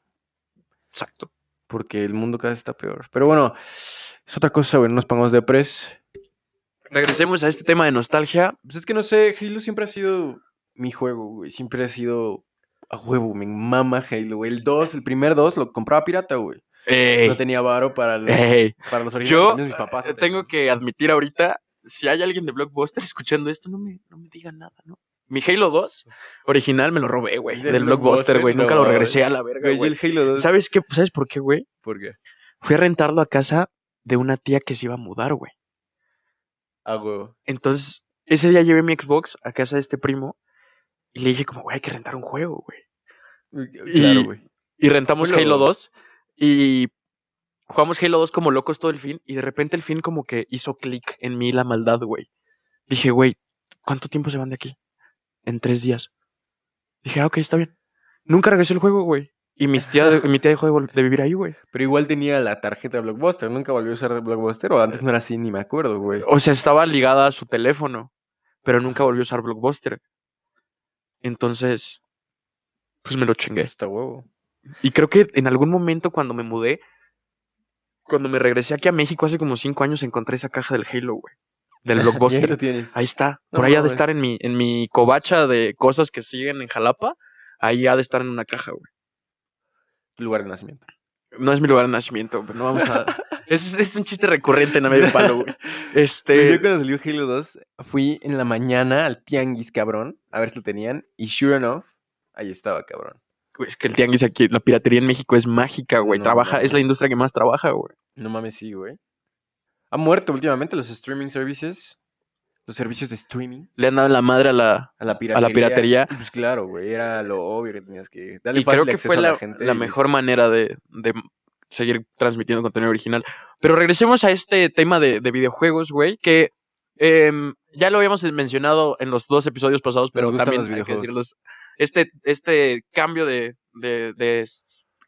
[SPEAKER 1] Exacto.
[SPEAKER 2] Porque el mundo cada vez está peor. Pero bueno, es otra cosa, güey. No nos pongamos de pres.
[SPEAKER 1] Regresemos a este tema de nostalgia.
[SPEAKER 2] Pues es que no sé, Halo siempre ha sido mi juego, güey. Siempre ha sido a huevo, me mama Halo, güey. El 2, el primer 2 lo compraba pirata, güey.
[SPEAKER 1] Ey,
[SPEAKER 2] No tenía varo para los,
[SPEAKER 1] ey,
[SPEAKER 2] para los originales.
[SPEAKER 1] Yo
[SPEAKER 2] también mis papás no
[SPEAKER 1] eh, tengo
[SPEAKER 2] tenían.
[SPEAKER 1] que admitir ahorita, si hay alguien de Blockbuster escuchando esto, no me, no me digan nada, ¿no? Mi Halo 2 original me lo robé, güey,
[SPEAKER 2] Del
[SPEAKER 1] del Blockbuster,
[SPEAKER 2] Blockbuster,
[SPEAKER 1] güey. Nunca
[SPEAKER 2] no
[SPEAKER 1] lo
[SPEAKER 2] mames.
[SPEAKER 1] regresé a la verga,
[SPEAKER 2] Güey,
[SPEAKER 1] güey.
[SPEAKER 2] yo el Halo 2.
[SPEAKER 1] ¿Sabes qué? ¿Sabes por qué, güey?
[SPEAKER 2] por qué?
[SPEAKER 1] Fui a rentarlo a casa de una tía que se iba a mudar, güey.
[SPEAKER 2] A huevo.
[SPEAKER 1] Entonces, ese día llevé mi Xbox a casa de este primo y le dije como, güey, hay que rentar un juego, güey.
[SPEAKER 2] Claro, güey.
[SPEAKER 1] Y rentamos
[SPEAKER 2] Bueno.
[SPEAKER 1] Halo 2 y jugamos Halo 2 como locos todo el fin y de repente el fin como que hizo clic en mí la maldad, güey. Dije, güey, ¿cuánto tiempo se van de aquí? En tres días. Dije, ah, ok, está bien. Nunca regresé el juego, güey. Y mis tía- mi tía dejó de, vol- de vivir ahí, güey.
[SPEAKER 2] Pero igual tenía la tarjeta de Blockbuster. Nunca volvió a usar Blockbuster. O antes no era así, ni me acuerdo, güey.
[SPEAKER 1] O sea, estaba ligada a su teléfono, pero nunca volvió a usar Blockbuster. Entonces, pues me lo chingué.
[SPEAKER 2] Está huevo.
[SPEAKER 1] Y creo que en algún momento cuando me mudé, cuando me regresé aquí a México hace como cinco años, encontré esa caja del Halo, güey. Del
[SPEAKER 2] Y ahí lo
[SPEAKER 1] Blockbuster.
[SPEAKER 2] tienes.
[SPEAKER 1] Ahí está.
[SPEAKER 2] No
[SPEAKER 1] Por ahí ha de
[SPEAKER 2] mames.
[SPEAKER 1] estar en mi, en mi covacha de cosas que siguen en Jalapa. Ahí ha de estar en una caja, güey.
[SPEAKER 2] Lugar de nacimiento.
[SPEAKER 1] No es mi lugar de nacimiento, pero no vamos a. es, es un chiste recurrente en A medio palo, güey. Este.
[SPEAKER 2] Pues Yo cuando salió Halo 2, fui en la mañana al tianguis, cabrón. A ver si lo tenían. Y sure enough, ahí estaba, cabrón.
[SPEAKER 1] Güey, es que el tianguis aquí, la piratería en México es mágica, güey.
[SPEAKER 2] No
[SPEAKER 1] trabaja, es la
[SPEAKER 2] mames.
[SPEAKER 1] industria que más trabaja, güey.
[SPEAKER 2] No mames, sí, güey. Ha muerto últimamente los streaming services. Los servicios de streaming.
[SPEAKER 1] Le han dado la madre a la.
[SPEAKER 2] A la
[SPEAKER 1] A
[SPEAKER 2] piratería.
[SPEAKER 1] la piratería.
[SPEAKER 2] Y Pues claro, güey. Era lo obvio que tenías que. Dale
[SPEAKER 1] Y creo que
[SPEAKER 2] acceso
[SPEAKER 1] fue
[SPEAKER 2] a
[SPEAKER 1] la,
[SPEAKER 2] gente
[SPEAKER 1] la
[SPEAKER 2] y
[SPEAKER 1] mejor
[SPEAKER 2] listo.
[SPEAKER 1] manera de, de seguir transmitiendo contenido original. Pero regresemos a este tema de, de videojuegos, güey, que em, ya lo habíamos mencionado en los dos episodios pasados, pero
[SPEAKER 2] gustan
[SPEAKER 1] también
[SPEAKER 2] los
[SPEAKER 1] hay que
[SPEAKER 2] videojuegos.
[SPEAKER 1] decirlos. Este, este cambio de, de, de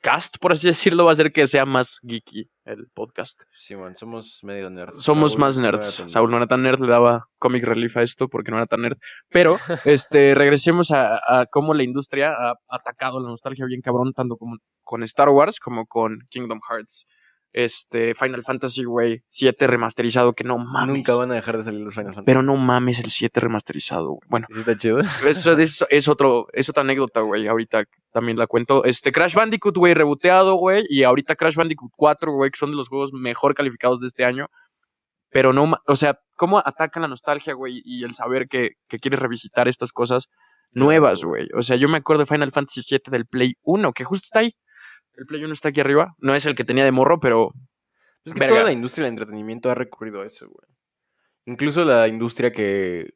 [SPEAKER 1] cast, por así decirlo, va a hacer que sea más geeky el podcast.
[SPEAKER 2] Sí, man, somos medio nerds.
[SPEAKER 1] Somos
[SPEAKER 2] Saúl
[SPEAKER 1] más
[SPEAKER 2] no era
[SPEAKER 1] nerds.
[SPEAKER 2] tan
[SPEAKER 1] Saúl no
[SPEAKER 2] nerd.
[SPEAKER 1] era tan nerd, le daba comic relief a esto porque no era tan nerd. Pero este, regresemos a, a cómo la industria ha atacado la nostalgia bien cabrón, tanto como con Star Wars como con Kingdom Hearts. Este, Final Fantasy, güey, 7 remasterizado, que no mames.
[SPEAKER 2] Nunca van a dejar de salir los Final Fantasy.
[SPEAKER 1] Pero no mames el 7 remasterizado, güey. Bueno,
[SPEAKER 2] ¿Sí está chido?
[SPEAKER 1] eso, eso es otro, es otra anécdota, güey. Ahorita también la cuento. Este, Crash Bandicoot, güey, reboteado, güey. Y ahorita Crash Bandicoot 4, güey, que son de los juegos mejor calificados de este año. Pero no, ma- o sea, cómo atacan la nostalgia, güey, y el saber que, que quieres revisitar estas cosas nuevas, güey. O sea, yo me acuerdo de Final Fantasy VII del Play 1, que justo está ahí. El Play 1 está aquí arriba. No es el que tenía de morro, pero
[SPEAKER 2] Es que
[SPEAKER 1] Verga.
[SPEAKER 2] toda la industria del entretenimiento ha recurrido a eso, güey. Incluso la industria que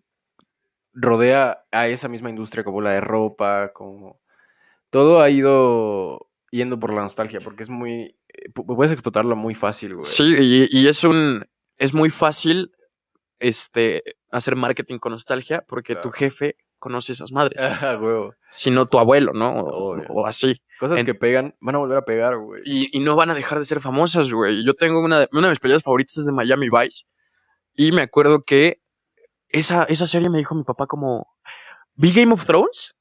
[SPEAKER 2] rodea a esa misma industria, como la de ropa, como... Todo ha ido yendo por la nostalgia, porque es muy... eh, pu- Puedes explotarlo muy fácil, güey.
[SPEAKER 1] Sí, y, y es un es muy fácil este hacer marketing con nostalgia porque tu
[SPEAKER 2] Claro.
[SPEAKER 1] jefe conoce esas madres,
[SPEAKER 2] Ah, güey.
[SPEAKER 1] si no tu abuelo, ¿no? O,
[SPEAKER 2] Obvio.
[SPEAKER 1] o así.
[SPEAKER 2] Cosas
[SPEAKER 1] En-
[SPEAKER 2] que pegan, van a volver a pegar, güey.
[SPEAKER 1] Y, y no van a dejar de ser famosas, güey. Yo tengo una de, una de mis peleas favoritas es de Miami Vice y me acuerdo que esa esa serie me dijo mi papá como vi Game of Thrones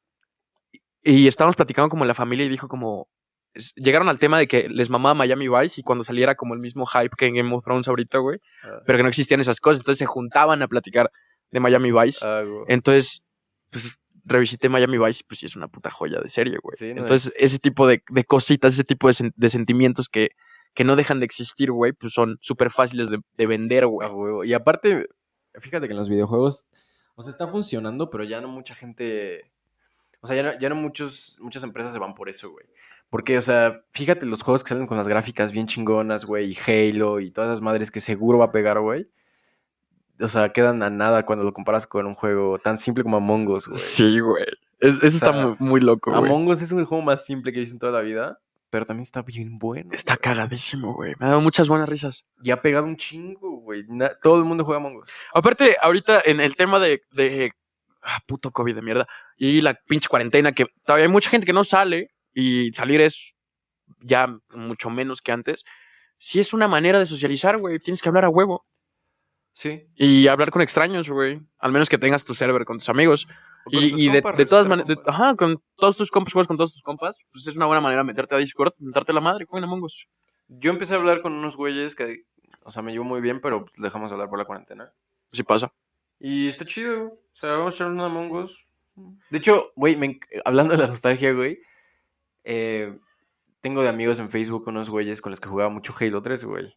[SPEAKER 1] y estábamos platicando como en la familia y dijo como es- llegaron al tema de que les mamaba Miami Vice y cuando saliera como el mismo hype que en Game of Thrones ahorita, güey
[SPEAKER 2] Ah,
[SPEAKER 1] pero que no existían esas cosas. Entonces se juntaban a platicar de Miami Vice.
[SPEAKER 2] ah, güey.
[SPEAKER 1] Entonces, pues, revisité Miami Vice, pues sí es una puta joya de serie, güey.
[SPEAKER 2] Sí, no
[SPEAKER 1] Entonces, ese tipo de, de cositas, ese tipo de, sen- de sentimientos que, que no dejan de existir, güey, pues son súper fáciles de, de vender,
[SPEAKER 2] A
[SPEAKER 1] güey.
[SPEAKER 2] huevo. Y aparte, fíjate que en los videojuegos, o sea, está funcionando, pero ya no mucha gente, o sea, ya no, ya no muchos, muchas empresas se van por eso, güey. Porque, o sea, fíjate los juegos que salen con las gráficas bien chingonas, güey, y Halo y todas esas madres que seguro va a pegar, güey. O sea, quedan a nada cuando lo comparas con un juego tan simple como Among Us, güey.
[SPEAKER 1] Sí, güey. Es- eso
[SPEAKER 2] sea,
[SPEAKER 1] está muy, muy loco, güey.
[SPEAKER 2] Among Us es un juego más simple que hice en toda la vida, pero también está bien bueno.
[SPEAKER 1] Está
[SPEAKER 2] güey.
[SPEAKER 1] cagadísimo, güey. Me ha dado muchas buenas risas.
[SPEAKER 2] Y ha pegado un chingo, güey. Na- Todo el mundo juega Among Us.
[SPEAKER 1] Aparte, ahorita en el tema de, de- ah, puto COVID de mierda y la pinche cuarentena que todavía hay mucha gente que no sale y salir es ya mucho menos que antes. Sí es una manera de socializar, güey. Tienes que hablar a huevo
[SPEAKER 2] Sí.
[SPEAKER 1] y hablar con extraños, güey. Al menos que tengas tu server con tus amigos.
[SPEAKER 2] O con
[SPEAKER 1] Y,
[SPEAKER 2] tus
[SPEAKER 1] y de,
[SPEAKER 2] compas,
[SPEAKER 1] de todas
[SPEAKER 2] revisitar
[SPEAKER 1] maneras,
[SPEAKER 2] compas.
[SPEAKER 1] ajá, con todos tus compas, juegas con todos tus compas. Pues es una buena manera de meterte a Discord, meterte la madre, jueguen a mongos.
[SPEAKER 2] Yo empecé a hablar con unos güeyes que, o sea, me llevo muy bien, pero pues, dejamos de hablar por la cuarentena.
[SPEAKER 1] Así pues pasa.
[SPEAKER 2] Y está chido, güey. o sea, vamos a echar una Among Us. De hecho, güey, me enc- hablando de la nostalgia, güey, eh, tengo de amigos en Facebook unos güeyes con los que jugaba mucho Halo 3, güey.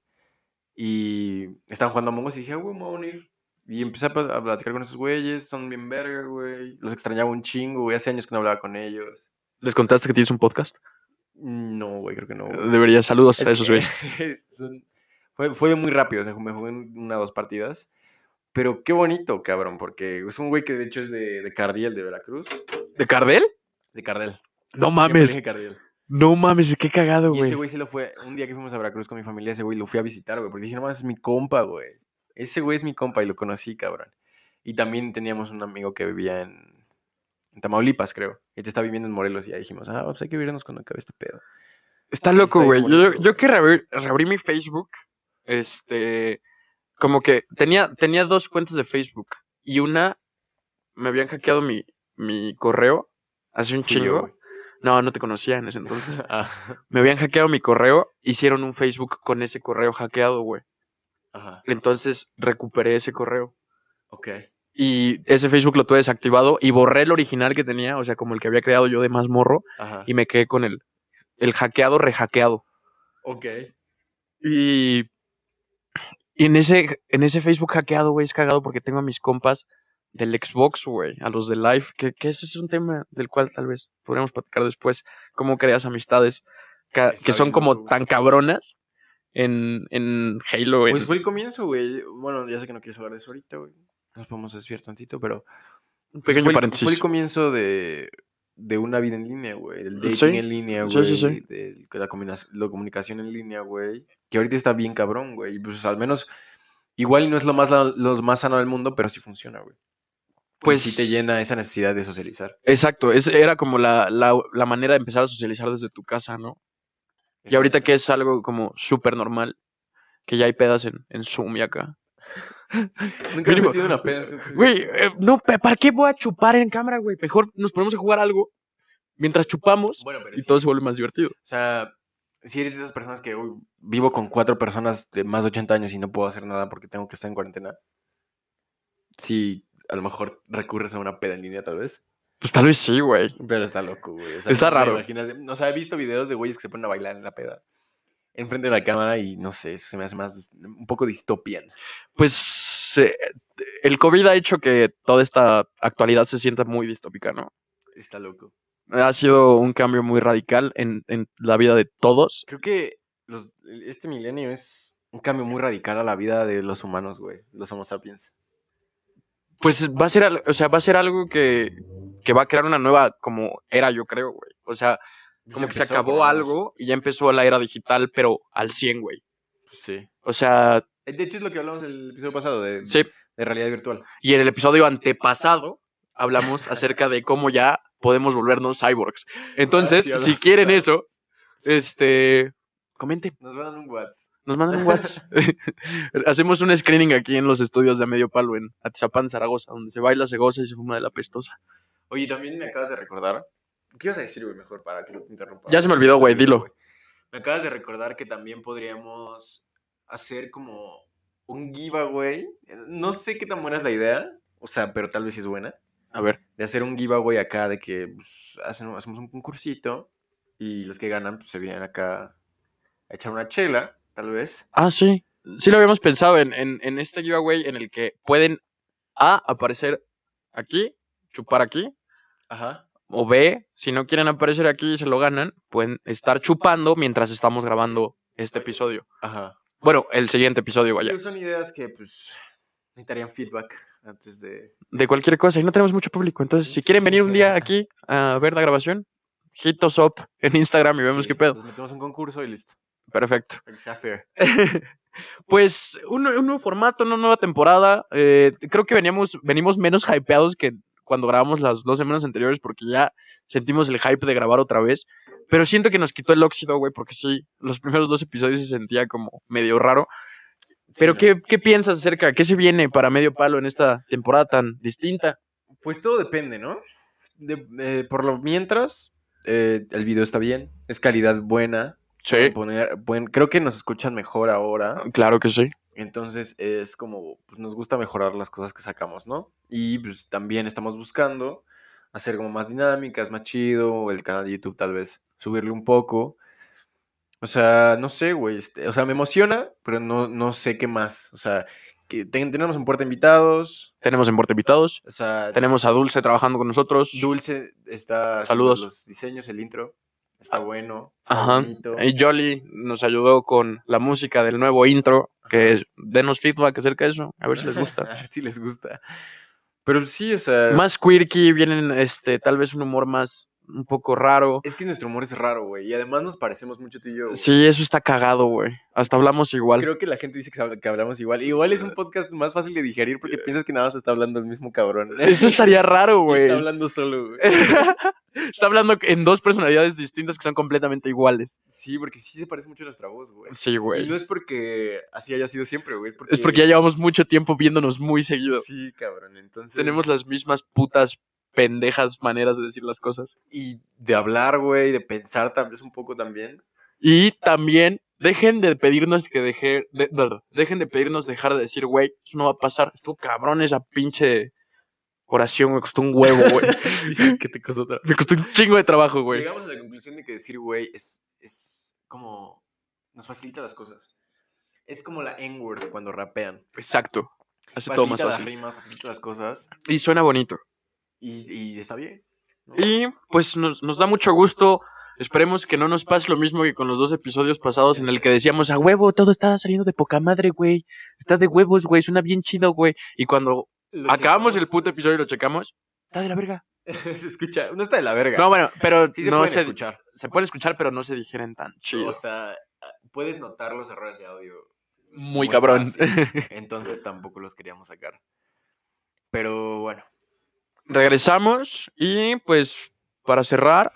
[SPEAKER 2] Y estaban jugando Among Us y dije, "Ah, güey, me voy a unir. Y empecé a pl- a platicar con esos güeyes, son bien verga, güey. Los extrañaba un chingo, güey, hace años que no hablaba con ellos.
[SPEAKER 1] ¿Les contaste que tienes un podcast?
[SPEAKER 2] No, güey, creo que no. güey.
[SPEAKER 1] Deberías, saludos
[SPEAKER 2] Oh. Es
[SPEAKER 1] a esos
[SPEAKER 2] que-
[SPEAKER 1] güeyes.
[SPEAKER 2] son- fue, fue de muy rápido, o sea, me jugué en una o dos partidas. Pero qué bonito, cabrón, porque es un güey que de hecho es de, de Cardiel, de Veracruz.
[SPEAKER 1] ¿De Cardel?
[SPEAKER 2] De Cardiel.
[SPEAKER 1] No
[SPEAKER 2] siempre
[SPEAKER 1] mames.
[SPEAKER 2] dije Cardiel.
[SPEAKER 1] No mames, qué cagado,
[SPEAKER 2] Y ese
[SPEAKER 1] güey.
[SPEAKER 2] güey sí lo fue, un día que fuimos a Veracruz con mi familia, ese güey lo fui a visitar, güey, porque dije, no mames, es mi compa, güey. Ese güey es mi compa y lo conocí, cabrón. Y también teníamos un amigo que vivía en, en Tamaulipas, creo. Y te está viviendo en Morelos y ya dijimos, ah, pues hay que vivirnos cuando acabe este pedo.
[SPEAKER 1] Está loco,
[SPEAKER 2] Está
[SPEAKER 1] güey.
[SPEAKER 2] bonito,
[SPEAKER 1] Yo,
[SPEAKER 2] güey.
[SPEAKER 1] yo que reabrí, reabrí mi Facebook, este, como que tenía, tenía dos cuentas de Facebook y una me habían hackeado mi, mi correo hace un
[SPEAKER 2] Sí,
[SPEAKER 1] chingo.
[SPEAKER 2] güey.
[SPEAKER 1] No, no te conocía en ese entonces.
[SPEAKER 2] Ah,
[SPEAKER 1] me habían hackeado mi correo, hicieron un Facebook con ese correo hackeado, güey.
[SPEAKER 2] Ajá,
[SPEAKER 1] Entonces recuperé ese correo.
[SPEAKER 2] ok.
[SPEAKER 1] Y ese Facebook lo tuve desactivado y borré el original que tenía, o sea, como el que había creado yo de más morro,
[SPEAKER 2] Ajá.
[SPEAKER 1] y me quedé con el, el hackeado, rehackeado.
[SPEAKER 2] Ok.
[SPEAKER 1] Y, y en, ese, en ese Facebook hackeado, güey, es cagado porque tengo a mis compas del Xbox, güey, a los de Live, que, que ese es un tema del cual tal vez podríamos platicar después, cómo creas amistades ca-
[SPEAKER 2] Está
[SPEAKER 1] que son
[SPEAKER 2] bien
[SPEAKER 1] como
[SPEAKER 2] loco, güey.
[SPEAKER 1] tan cabronas en, en Halo. en-
[SPEAKER 2] Pues fue el comienzo, güey. Bueno, ya sé que no quieres hablar de eso ahorita, güey. Nos podemos desviar tantito, pero...
[SPEAKER 1] un
[SPEAKER 2] pues,
[SPEAKER 1] pequeño
[SPEAKER 2] fue el-
[SPEAKER 1] paréntesis.
[SPEAKER 2] Fue el comienzo de, de una vida en línea, güey. El dating
[SPEAKER 1] Sí.
[SPEAKER 2] en línea,
[SPEAKER 1] Sí,
[SPEAKER 2] güey.
[SPEAKER 1] sí, sí.
[SPEAKER 2] de la, combina- la comunicación en línea, güey. Que ahorita está bien cabrón, güey. Y, Pues al menos... Igual y no es lo más, la- lo más sano del mundo, pero sí funciona, güey. Pues...
[SPEAKER 1] Pues-
[SPEAKER 2] Sí te llena esa necesidad de socializar.
[SPEAKER 1] Exacto, es, era como la, la, la manera de empezar a socializar desde tu casa, ¿no? Y ahorita que es algo como súper normal, que ya hay pedas en, en Zoom y acá.
[SPEAKER 2] Nunca he
[SPEAKER 1] Mínimo.
[SPEAKER 2] metido una pena. entonces-
[SPEAKER 1] Güey, eh, no, pe- ¿para qué voy a chupar en cámara, güey? Mejor nos ponemos a jugar algo mientras chupamos
[SPEAKER 2] Bueno, pero
[SPEAKER 1] y
[SPEAKER 2] sí.
[SPEAKER 1] todo se vuelve más divertido.
[SPEAKER 2] O sea, si eres de esas personas que "Uy, vivo con cuatro personas de más de 80 años y no puedo hacer nada porque tengo que estar en cuarentena, sí, a lo mejor recurres a una peda en línea tal vez.
[SPEAKER 1] Pues tal vez sí, güey.
[SPEAKER 2] Pero está loco, güey. O
[SPEAKER 1] Está
[SPEAKER 2] no me
[SPEAKER 1] raro.
[SPEAKER 2] imaginas- o sea, he visto videos de güeyes que se ponen a bailar en la peda. Enfrente de la cámara y no sé, eso se me hace más dis- un poco distopian.
[SPEAKER 1] Pues eh, el COVID ha hecho que toda esta actualidad se sienta muy distópica, ¿no?
[SPEAKER 2] Está loco.
[SPEAKER 1] Ha sido un cambio muy radical en, en la vida de todos.
[SPEAKER 2] Creo que los, este milenio es un cambio muy radical a la vida de los humanos, güey. Los homo sapiens.
[SPEAKER 1] Pues va a ser, al- o sea, va a ser algo que, que va a crear una nueva como era, yo creo, güey. O sea, como que se
[SPEAKER 2] Empezó, por lo
[SPEAKER 1] acabó
[SPEAKER 2] menos.
[SPEAKER 1] algo y ya empezó la era digital, pero al 100, güey.
[SPEAKER 2] Sí.
[SPEAKER 1] O sea,
[SPEAKER 2] Eh, De hecho es lo que hablamos el episodio pasado de,
[SPEAKER 1] sí,
[SPEAKER 2] de realidad virtual.
[SPEAKER 1] Y en el episodio antepasado hablamos acerca de cómo ya podemos volvernos cyborgs. Entonces,
[SPEAKER 2] Así
[SPEAKER 1] si
[SPEAKER 2] hablamos,
[SPEAKER 1] quieren
[SPEAKER 2] cyborg.
[SPEAKER 1] eso, este, comenten,
[SPEAKER 2] Nos van a dar un WhatsApp.
[SPEAKER 1] nos mandan un WhatsApp. Hacemos un screening aquí en los estudios de A Medio Palo en Atizapán, Zaragoza, donde se baila, se goza y se fuma de la pestosa.
[SPEAKER 2] Oye, también me acabas de recordar. ¿Qué ibas a decir, güey? Mejor para que no te interrumpa.
[SPEAKER 1] Ya se me olvidó, güey, dilo.
[SPEAKER 2] Me acabas de recordar que también podríamos hacer como un giveaway. No sé qué tan buena es la idea. O sea, pero tal vez sí es buena.
[SPEAKER 1] A ver,
[SPEAKER 2] De hacer un giveaway acá de que pues, hacen- hacemos un concursito y los que ganan pues, se vienen acá a echar una chela, tal vez.
[SPEAKER 1] ah, sí. Sí lo habíamos pensado en, en, en este giveaway en el que pueden A, aparecer aquí, chupar aquí,
[SPEAKER 2] Ajá.
[SPEAKER 1] o B, si no quieren aparecer aquí y se lo ganan, pueden estar chupando mientras estamos grabando este episodio.
[SPEAKER 2] Ajá.
[SPEAKER 1] Bueno, el siguiente episodio, vaya.
[SPEAKER 2] Pero son ideas que pues necesitarían feedback antes de...
[SPEAKER 1] De cualquier cosa, y no tenemos mucho público. Entonces, si quieren venir un día aquí a ver la grabación, hit us up en Instagram y vemos
[SPEAKER 2] Sí,
[SPEAKER 1] qué pedo.
[SPEAKER 2] Nos metemos un concurso y listo.
[SPEAKER 1] Perfecto.
[SPEAKER 2] Para que sea fair.
[SPEAKER 1] Pues un, un nuevo formato, una nueva temporada. Eh, creo que veníamos, venimos menos hypeados que cuando grabamos las dos semanas anteriores porque ya sentimos el hype de grabar otra vez. Pero siento que nos quitó el óxido, güey, porque sí, los primeros dos episodios se sentía como medio raro. Pero
[SPEAKER 2] Sí,
[SPEAKER 1] ¿qué, qué piensas acerca? ¿Qué se viene para medio palo en esta temporada tan distinta?
[SPEAKER 2] Pues todo depende, ¿no? De- eh, por lo mientras, eh, el video está bien, es calidad buena.
[SPEAKER 1] Sí.
[SPEAKER 2] Poner, buen- creo que nos escuchan mejor ahora.
[SPEAKER 1] Claro que sí.
[SPEAKER 2] Entonces es como, pues nos gusta mejorar las cosas que sacamos, ¿no? Y pues también estamos buscando hacer como más dinámicas, más chido, el canal de YouTube tal vez subirle un poco. O sea, no sé, güey, este, o sea, me emociona, pero no, no sé qué más. O sea, que ten- tenemos un puerta invitados,
[SPEAKER 1] Tenemos en Porte Invitados,
[SPEAKER 2] o sea,
[SPEAKER 1] tenemos a Dulce trabajando con nosotros.
[SPEAKER 2] Dulce está haciendo
[SPEAKER 1] Saludos. Ah,
[SPEAKER 2] los diseños, el intro, está bueno, está
[SPEAKER 1] Ajá.
[SPEAKER 2] bonito.
[SPEAKER 1] Y Jolly nos ayudó con la música del nuevo intro. Que denos feedback acerca de eso. A ver si les gusta.
[SPEAKER 2] A ver si les gusta. Pero sí, o sea,
[SPEAKER 1] Más quirky, vienen este, tal vez un humor más un poco raro.
[SPEAKER 2] Es que nuestro humor es raro, güey. Y además nos parecemos mucho tú y yo. güey.
[SPEAKER 1] Sí, eso está cagado, güey. Hasta hablamos igual. Eh.
[SPEAKER 2] Creo que la gente dice que, habla- que hablamos igual. Igual es un podcast más fácil de digerir porque piensas que nada más está hablando el mismo cabrón.
[SPEAKER 1] Eso estaría raro, güey. Eh.
[SPEAKER 2] Está hablando solo, güey.
[SPEAKER 1] Está hablando en dos personalidades distintas que son completamente iguales.
[SPEAKER 2] Sí, porque sí se parece mucho a nuestra voz, güey.
[SPEAKER 1] Sí,
[SPEAKER 2] Y
[SPEAKER 1] güey.
[SPEAKER 2] no es porque así haya sido siempre, güey. Es porque,
[SPEAKER 1] Es porque ya llevamos mucho tiempo viéndonos muy seguido.
[SPEAKER 2] Sí, cabrón. Entonces.
[SPEAKER 1] Tenemos las mismas putas pendejas maneras de decir las cosas.
[SPEAKER 2] Y de hablar, güey, de pensar tal vez un poco también.
[SPEAKER 1] Y también dejen de pedirnos que deje, de- de- dejen de pedirnos dejar de decir, güey, eso no va a pasar. Estuvo cabrón esa pinche oración, me costó un huevo, güey.
[SPEAKER 2] sí, que te costó otra.
[SPEAKER 1] me costó un chingo de trabajo, güey.
[SPEAKER 2] Llegamos a la conclusión de que decir, güey, es, es como. Nos facilita las cosas. Es como la N-word cuando rapean.
[SPEAKER 1] Exacto. Hace
[SPEAKER 2] Facilita
[SPEAKER 1] todo más
[SPEAKER 2] las
[SPEAKER 1] fácil.
[SPEAKER 2] rimas, facilita las cosas.
[SPEAKER 1] Y suena bonito.
[SPEAKER 2] Y, y está bien. ¿no?
[SPEAKER 1] Y pues nos, nos da mucho gusto. Esperemos que no nos pase lo mismo que con los dos episodios pasados en el que decíamos a huevo, todo está saliendo de poca madre, güey. Está de huevos, güey. Suena bien chido, güey. Y cuando
[SPEAKER 2] Lo
[SPEAKER 1] acabamos el
[SPEAKER 2] checamos.
[SPEAKER 1] puto episodio y lo checamos, está de la verga.
[SPEAKER 2] se escucha. No está de la verga.
[SPEAKER 1] No, bueno, pero
[SPEAKER 2] sí se
[SPEAKER 1] no
[SPEAKER 2] pueden
[SPEAKER 1] se,
[SPEAKER 2] escuchar.
[SPEAKER 1] se puede escuchar, pero no se digieren tan chido.
[SPEAKER 2] O sea, puedes notar los errores de audio.
[SPEAKER 1] Muy cabrón.
[SPEAKER 2] fácil, Entonces tampoco los queríamos sacar. Pero bueno,
[SPEAKER 1] Regresamos y pues para cerrar,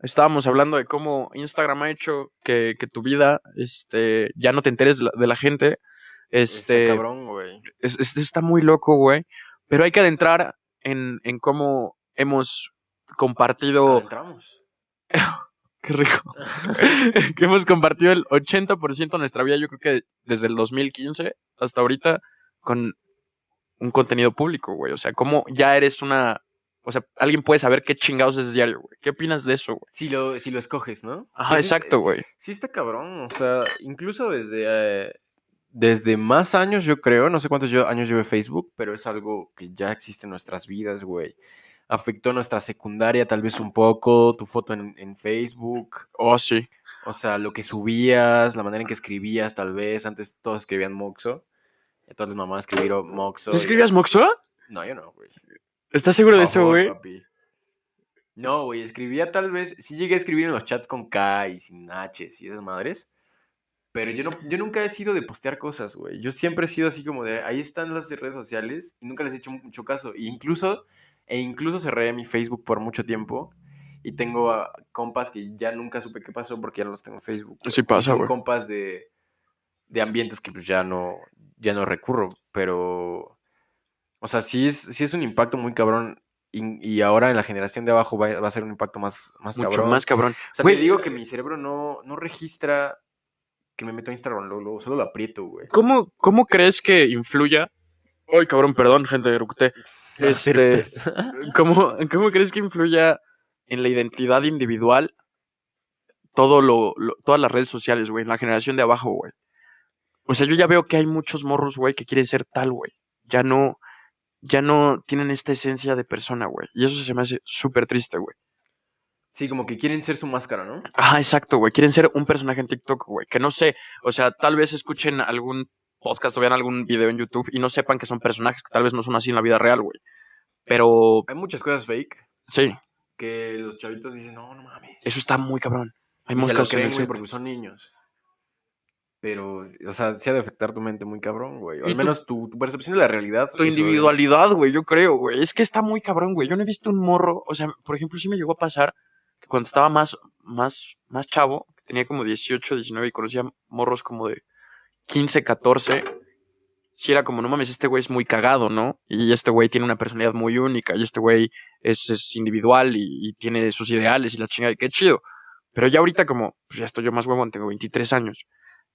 [SPEAKER 1] estábamos hablando de cómo Instagram ha hecho que, que tu vida este, ya no te enteres de la, de la gente.
[SPEAKER 2] este
[SPEAKER 1] Este,
[SPEAKER 2] cabrón, güey.
[SPEAKER 1] es- es- está muy loco, güey. Pero hay que adentrar en, en cómo hemos compartido...
[SPEAKER 2] Entramos.
[SPEAKER 1] Qué rico. que hemos compartido el 80% de nuestra vida, yo creo que desde el 2015 hasta ahorita, con un contenido público, güey. O sea, como ya eres una. O sea, alguien puede saber qué chingados es diario, güey. ¿Qué opinas de eso, güey?
[SPEAKER 2] Si lo, si lo escoges, ¿no?
[SPEAKER 1] Ajá,
[SPEAKER 2] Entonces,
[SPEAKER 1] exacto, güey.
[SPEAKER 2] Sí está cabrón, o sea, incluso desde, eh, desde más años yo creo, no sé cuántos yo- años lleve Facebook, pero es algo que ya existe en nuestras vidas, güey. Afectó nuestra secundaria tal vez un poco, tu foto en, en Facebook,
[SPEAKER 1] Oh, sí.
[SPEAKER 2] o sea, lo que subías, la manera en que escribías tal vez, antes todos escribían Moxo, y todas las mamás escribieron Moxo.
[SPEAKER 1] ¿Tú
[SPEAKER 2] y-
[SPEAKER 1] escribías Moxo?
[SPEAKER 2] No, yo no, güey.
[SPEAKER 1] ¿Estás seguro de
[SPEAKER 2] Por
[SPEAKER 1] eso,
[SPEAKER 2] favor,
[SPEAKER 1] güey?
[SPEAKER 2] papi. No, güey, escribía tal vez, sí llegué a escribir en los chats con K y sin H y esas madres, pero yo, no, yo nunca he sido de postear cosas, güey. Yo siempre he sido así como de, ahí están las de redes sociales y nunca les he hecho mucho caso. E incluso, e incluso cerré mi Facebook por mucho tiempo y tengo a compas que ya nunca supe qué pasó porque ya no los tengo en Facebook.
[SPEAKER 1] Sí
[SPEAKER 2] Y
[SPEAKER 1] pasa,
[SPEAKER 2] son
[SPEAKER 1] güey.
[SPEAKER 2] compas de, de ambientes que pues ya no, ya no recurro, pero... O sea, sí es, sí es un impacto muy cabrón y, y ahora en la generación de abajo va, va a ser un impacto más, más
[SPEAKER 1] Mucho
[SPEAKER 2] cabrón.
[SPEAKER 1] más cabrón.
[SPEAKER 2] O sea,
[SPEAKER 1] Güey. eh,
[SPEAKER 2] te digo que mi cerebro no, no registra que me meto a Instagram, luego, luego, solo lo aprieto, güey.
[SPEAKER 1] ¿Cómo, cómo crees que influya? Ay, cabrón, perdón, gente de Ructé. Este, ¿Cómo, cómo crees que influya en la identidad individual todo lo, lo- todas las redes sociales, güey? En la generación de abajo, güey. O sea, yo ya veo que hay muchos morros, güey, que quieren ser tal, güey. Ya no, ya no tienen esta esencia de persona, güey. Y eso se me hace súper triste, güey.
[SPEAKER 2] Sí, como que quieren ser su máscara, ¿no?
[SPEAKER 1] Ajá, exacto, güey. Quieren ser un personaje en TikTok, güey. Que no sé, o sea, tal vez escuchen algún podcast o vean algún video en YouTube y no sepan que son personajes que tal vez no son así en la vida real, güey. Pero,
[SPEAKER 2] Hay muchas cosas fake
[SPEAKER 1] sí,
[SPEAKER 2] que los chavitos dicen, no, no mames.
[SPEAKER 1] eso está muy cabrón. Hay
[SPEAKER 2] Y se lo
[SPEAKER 1] moscas en
[SPEAKER 2] creen,
[SPEAKER 1] el
[SPEAKER 2] güey,
[SPEAKER 1] centro.
[SPEAKER 2] porque son niños. Pero, o sea, sí ha de afectar tu mente muy cabrón, güey. O
[SPEAKER 1] Y
[SPEAKER 2] al
[SPEAKER 1] tu-
[SPEAKER 2] menos tu, tu percepción de la realidad.
[SPEAKER 1] tu
[SPEAKER 2] eso, güey.
[SPEAKER 1] individualidad, güey, yo creo, güey. Es que está muy cabrón, güey. Yo no he visto un morro, o sea, por ejemplo, sí me llegó a pasar que cuando estaba más, más, más chavo, que tenía como 18, 19 y conocía morros como de 15, 14, sí era como, no mames, este güey es muy cagado, ¿no? Y este güey tiene una personalidad muy única, y este güey es, es individual y, y tiene sus ideales y la chingada, y qué chido. Pero ya ahorita como, pues ya estoy yo más huevón, tengo 23 años,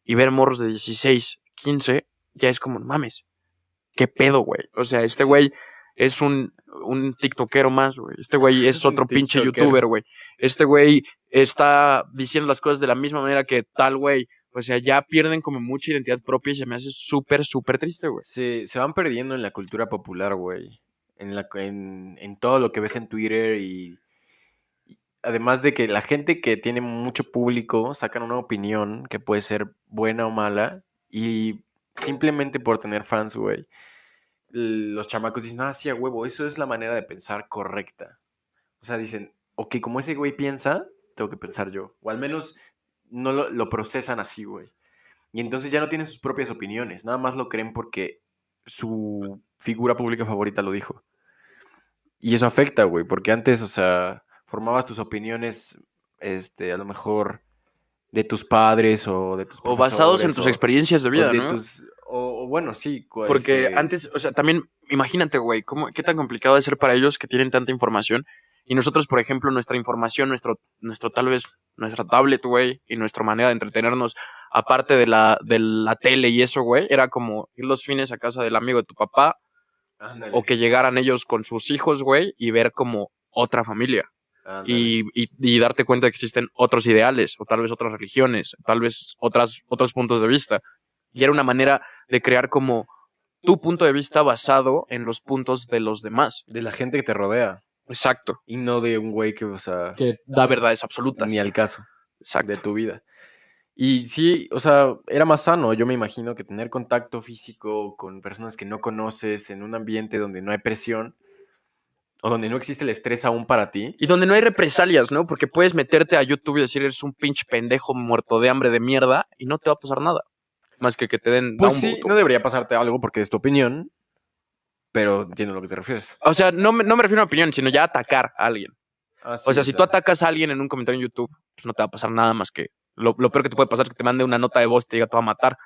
[SPEAKER 1] y ver morros de 16, 15, ya es como, no mames, qué pedo, güey. O sea, este güey es un, un tiktokero más, güey. Este güey es
[SPEAKER 2] Un
[SPEAKER 1] otro pinche
[SPEAKER 2] tiktokero.
[SPEAKER 1] youtuber, güey. Este güey está diciendo las cosas de la misma manera que tal güey. O sea, ya pierden como mucha identidad propia y se me hace súper, súper triste, güey.
[SPEAKER 2] Se, se van perdiendo en la cultura popular, güey. En, la, en, en todo lo que ves en Twitter y, y Además de que la gente que tiene mucho público sacan una opinión que puede ser buena o mala y simplemente por tener fans, güey. Los chamacos dicen, ah, sí, a huevo, eso es la manera de pensar correcta. O sea, dicen, ok, como ese güey piensa, tengo que pensar yo. O al menos no lo, lo procesan así, güey. Y entonces ya no tienen sus propias opiniones, nada más lo creen porque su figura pública favorita lo dijo. Y eso afecta, güey, porque antes, o sea, formabas tus opiniones, este, a lo mejor de tus padres o de tus
[SPEAKER 1] O basados en
[SPEAKER 2] profesores
[SPEAKER 1] tus
[SPEAKER 2] o-
[SPEAKER 1] experiencias de vida,
[SPEAKER 2] o de
[SPEAKER 1] ¿no?
[SPEAKER 2] tus- o, o bueno, sí. cu-
[SPEAKER 1] Porque
[SPEAKER 2] este,
[SPEAKER 1] antes, o sea, también, imagínate, güey, cómo, qué tan complicado de ser para ellos que tienen tanta información. Y nosotros, por ejemplo, nuestra información, nuestro, nuestro tal vez, nuestra tablet, güey, y nuestra manera de entretenernos, aparte de la, de la tele y eso, güey, era como ir los fines a casa del amigo de tu papá,
[SPEAKER 2] ándale,
[SPEAKER 1] o que llegaran ellos con sus hijos, güey, y ver como otra familia.
[SPEAKER 2] ándale.
[SPEAKER 1] Y, y- y darte cuenta de que existen otros ideales, o tal vez otras religiones, tal vez otras, otros puntos de vista. Y era una manera de crear como tu punto de vista basado en los puntos de los demás.
[SPEAKER 2] de la gente que te rodea
[SPEAKER 1] Exacto.
[SPEAKER 2] y no de un güey que, o sea,
[SPEAKER 1] Que da verdades absolutas.
[SPEAKER 2] ni al caso
[SPEAKER 1] Exacto.
[SPEAKER 2] de tu vida. Y sí, o sea, era más sano, yo me imagino, que tener contacto físico con personas que no conoces en un ambiente donde no hay presión o donde no existe el estrés aún para ti.
[SPEAKER 1] Y donde no hay represalias, ¿no? Porque puedes meterte a YouTube y decir eres un pinche pendejo muerto de hambre de mierda y no te va a pasar nada. Más que que te den
[SPEAKER 2] Pues
[SPEAKER 1] down
[SPEAKER 2] sí,
[SPEAKER 1] vote,
[SPEAKER 2] no debería pasarte algo porque es tu opinión, pero entiendo a lo que te refieres.
[SPEAKER 1] O sea, no me, no me refiero a opinión, sino ya a atacar a alguien.
[SPEAKER 2] Ah, sí,
[SPEAKER 1] o sea, si tú atacas a alguien en un comentario en YouTube, pues no te va a pasar nada más que. Lo, lo peor que te puede pasar es que te mande una nota de voz y te diga te va a matar.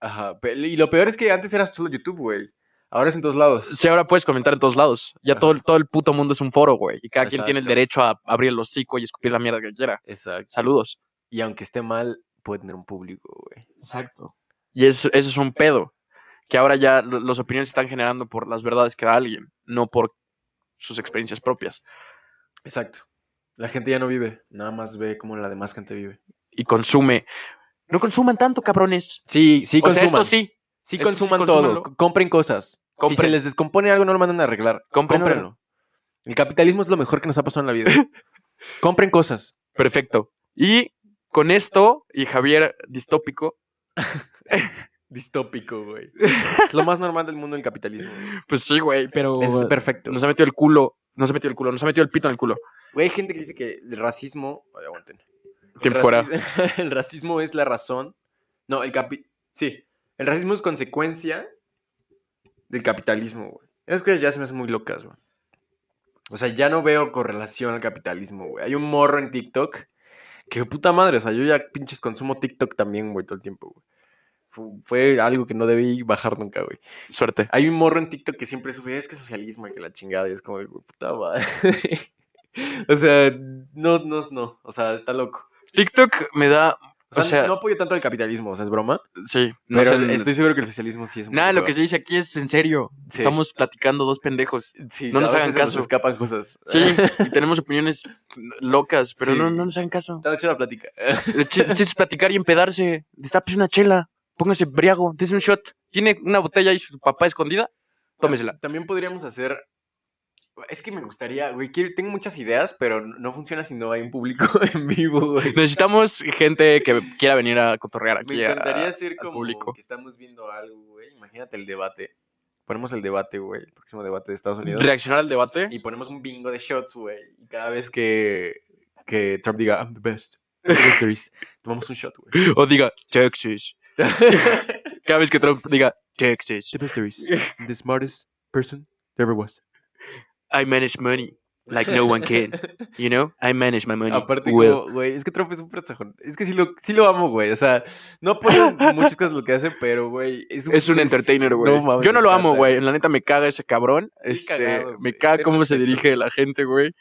[SPEAKER 2] Ajá, pe- y lo peor es que antes eras solo YouTube, güey. Ahora es en todos lados.
[SPEAKER 1] Si ahora puedes comentar en todos lados. Ya
[SPEAKER 2] Ajá.
[SPEAKER 1] todo, el- todo el puto mundo es un foro, güey. Y cada quien tiene el
[SPEAKER 2] Exacto.
[SPEAKER 1] derecho a abrir el hocico y escupir la mierda que quiera.
[SPEAKER 2] Exacto.
[SPEAKER 1] Saludos.
[SPEAKER 2] Y aunque esté mal, puede tener un público, güey.
[SPEAKER 1] Exacto. Y es, eso es un pedo. Que ahora ya lo- las opiniones se están generando por las verdades que da alguien, no por sus experiencias propias.
[SPEAKER 2] Exacto. La gente ya no vive, nada más ve cómo la demás gente vive.
[SPEAKER 1] Y consume. No consuman tanto, cabrones.
[SPEAKER 2] Sí, sí,
[SPEAKER 1] o sea,
[SPEAKER 2] consuman.
[SPEAKER 1] esto
[SPEAKER 2] sí,
[SPEAKER 1] sí. esto sí,
[SPEAKER 2] consuman
[SPEAKER 1] consúmanlo.
[SPEAKER 2] todo. C- Compren cosas. Si se
[SPEAKER 1] Compren.
[SPEAKER 2] les descompone algo, no lo mandan a arreglar.
[SPEAKER 1] Compren,
[SPEAKER 2] Cómprenlo. El capitalismo es lo mejor que nos ha pasado en la vida. Compren cosas.
[SPEAKER 1] Perfecto. Y con esto, y Javier distópico,
[SPEAKER 2] Distópico, güey. Es lo más normal del mundo el capitalismo. güey.
[SPEAKER 1] pues sí, güey, pero
[SPEAKER 2] Es perfecto.
[SPEAKER 1] nos ha metido el culo, nos ha metido el culo, nos ha metido el pito en el culo.
[SPEAKER 2] Güey, hay gente que dice que el racismo. Ay, aguanten. El
[SPEAKER 1] Tiempo fuera.
[SPEAKER 2] raci- El racismo es la razón. No, el capi. Sí. El racismo es consecuencia del capitalismo, güey. Esas cosas ya se me hacen muy locas, güey. O sea, ya no veo correlación al capitalismo, güey. Hay un morro en TikTok que puta madre, o sea, yo ya pinches consumo TikTok también, güey, todo el tiempo, güey. Fu- Fue algo que no debí bajar nunca, güey.
[SPEAKER 1] Suerte.
[SPEAKER 2] Hay un morro en TikTok que siempre sube, es que socialismo y que la chingada, y es como de "Güey, puta madre. o sea, no, no, no. O sea, está loco.
[SPEAKER 1] TikTok me da,
[SPEAKER 2] O sea,
[SPEAKER 1] O sea-
[SPEAKER 2] no apoyo tanto al capitalismo, o sea, es broma.
[SPEAKER 1] sí, no
[SPEAKER 2] Pero
[SPEAKER 1] sé,
[SPEAKER 2] estoy seguro que el socialismo sí es
[SPEAKER 1] nada de lo que se dice aquí es en serio.
[SPEAKER 2] Sí.
[SPEAKER 1] Estamos platicando dos pendejos.
[SPEAKER 2] Sí,
[SPEAKER 1] no
[SPEAKER 2] a
[SPEAKER 1] nos hagan
[SPEAKER 2] veces se
[SPEAKER 1] caso.
[SPEAKER 2] escapan cosas.
[SPEAKER 1] Sí, y tenemos opiniones locas, pero
[SPEAKER 2] Sí.
[SPEAKER 1] no, no nos hagan caso.
[SPEAKER 2] Está hecho la plática.
[SPEAKER 1] El chiste, el chiste es platicar y empedarse. Destapes una chela, póngase briago, des un shot. Tiene una botella ahí su papá escondida, tómesela.
[SPEAKER 2] También podríamos hacer. Es que me gustaría, güey. quiero- Tengo muchas ideas, pero no funciona si no hay un público en vivo, güey.
[SPEAKER 1] Necesitamos gente que quiera venir a cotorrear aquí.
[SPEAKER 2] Me
[SPEAKER 1] a-
[SPEAKER 2] encantaría hacer
[SPEAKER 1] al
[SPEAKER 2] como
[SPEAKER 1] público.
[SPEAKER 2] que estamos viendo algo, güey. Imagínate el debate. Ponemos el debate, güey. El próximo debate de Estados Unidos.
[SPEAKER 1] reaccionar al debate.
[SPEAKER 2] Y ponemos un bingo de shots, güey. Y cada vez que, que Trump diga, I'm the best. I'm the best there is", tomamos un shot, güey.
[SPEAKER 1] O diga, Texas. Cada vez que Trump diga, Texas,
[SPEAKER 2] The best there is. The smartest person there ever was.
[SPEAKER 1] I manage money like no one can. You know, I manage my money.
[SPEAKER 2] Aparte,
[SPEAKER 1] well.
[SPEAKER 2] como, güey, es que Trump es un personaje. Es que sí lo, sí lo amo, güey. O sea, no apoyo muchas cosas lo que hace, pero, güey, es un...
[SPEAKER 1] Es un entertainer, güey.
[SPEAKER 2] No mames,
[SPEAKER 1] Yo no
[SPEAKER 2] me
[SPEAKER 1] lo amo,
[SPEAKER 2] encanta.
[SPEAKER 1] güey. La neta me caga ese cabrón.
[SPEAKER 2] Bien
[SPEAKER 1] Este,
[SPEAKER 2] cagado, güey.
[SPEAKER 1] me caga
[SPEAKER 2] Ten
[SPEAKER 1] cómo se
[SPEAKER 2] respeto.
[SPEAKER 1] dirige la gente, güey.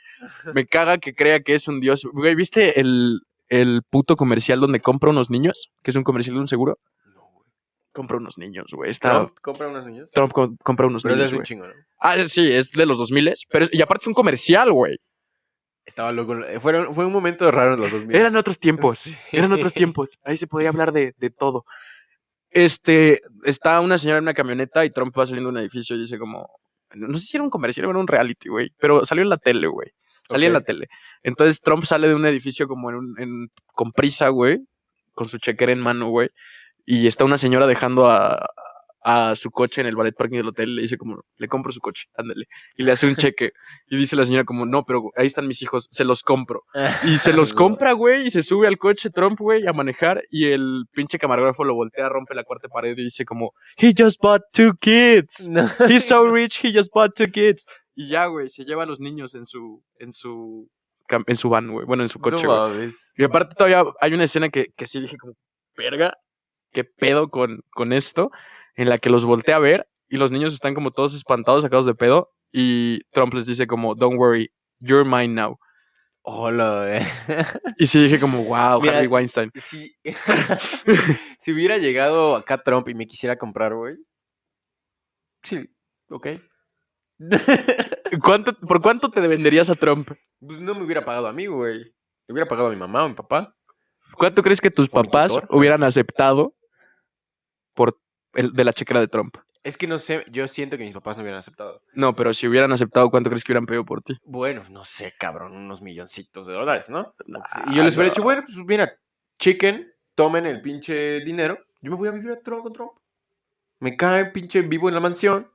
[SPEAKER 1] Me caga que crea que es un dios. Güey, ¿viste el, el puto comercial donde compra unos niños? Que es un comercial de un seguro.
[SPEAKER 2] No, güey.
[SPEAKER 1] Compra unos niños, güey. Está... Trump,
[SPEAKER 2] Trump compra unos niños.
[SPEAKER 1] co- compra unos
[SPEAKER 2] Pero ese
[SPEAKER 1] niños,
[SPEAKER 2] es un
[SPEAKER 1] güey.
[SPEAKER 2] chingo, ¿no?
[SPEAKER 1] Ah, sí, es de los 2000. Pero... Y aparte es un comercial, güey.
[SPEAKER 2] Estaba loco. eh, Fueron, fue un momento raro en los 2000.
[SPEAKER 1] Eran otros tiempos.
[SPEAKER 2] Sí.
[SPEAKER 1] Eran otros tiempos. Ahí se podía hablar de, de todo. Este, está una señora en una camioneta y Trump va saliendo de un edificio y dice como, no sé si era un comercial o era un reality, güey, pero salió en la tele, güey. Salía en la
[SPEAKER 2] Ok.
[SPEAKER 1] tele. Entonces Trump sale de un edificio como en un, en- con prisa, güey, con su chequera en mano, güey, y está una señora dejando a, a su coche en el ballet parking del hotel, le dice como, le compro su coche, ándale. Y le hace un cheque. Y dice la señora como, no, pero ahí están mis hijos, se los compro. Y se los compra, güey, y se sube al coche Trump, güey, a manejar. Y el pinche camarógrafo lo voltea, rompe la cuarta pared y dice como, he just bought two kids.
[SPEAKER 4] No.
[SPEAKER 1] He's so rich, he just bought two kids. Y ya, güey, se lleva a los niños en su, en su, cam- en su van, güey. Bueno, en su coche,
[SPEAKER 2] No
[SPEAKER 1] güey.
[SPEAKER 2] mames.
[SPEAKER 1] Y aparte todavía hay una escena que, que sí dije como, verga, qué pedo con, con esto, en la que los voltea a ver y los niños están como todos espantados, sacados de pedo, y Trump les dice como, don't worry, you're mine now.
[SPEAKER 4] Hola, eh.
[SPEAKER 1] Y sí dije como, wow,
[SPEAKER 2] Mira,
[SPEAKER 1] Harry Weinstein.
[SPEAKER 2] Si, si hubiera llegado acá Trump y me quisiera comprar, güey. Sí, ok.
[SPEAKER 1] ¿Cuánto, ¿Por cuánto te venderías a Trump?
[SPEAKER 2] Pues no me hubiera pagado a mí, güey. Le hubiera pagado a mi mamá o a mi papá.
[SPEAKER 1] ¿Cuánto crees que tus
[SPEAKER 2] ¿Por mi
[SPEAKER 1] papás
[SPEAKER 2] tutor?
[SPEAKER 1] hubieran aceptado por el, de la chequera de Trump?
[SPEAKER 2] Es que no sé, yo siento que mis papás no hubieran aceptado.
[SPEAKER 1] No, pero si hubieran aceptado, ¿cuánto crees que hubieran pedido por ti?
[SPEAKER 2] Bueno, no sé, cabrón, unos milloncitos de dólares, ¿no?
[SPEAKER 1] Nah,
[SPEAKER 2] Y yo les
[SPEAKER 1] Ah,
[SPEAKER 2] hubiera
[SPEAKER 1] no.
[SPEAKER 2] dicho, bueno, pues mira, chicken, tomen el pinche dinero. Yo me voy a vivir a Trump con Trump. Me cae pinche vivo en la mansión.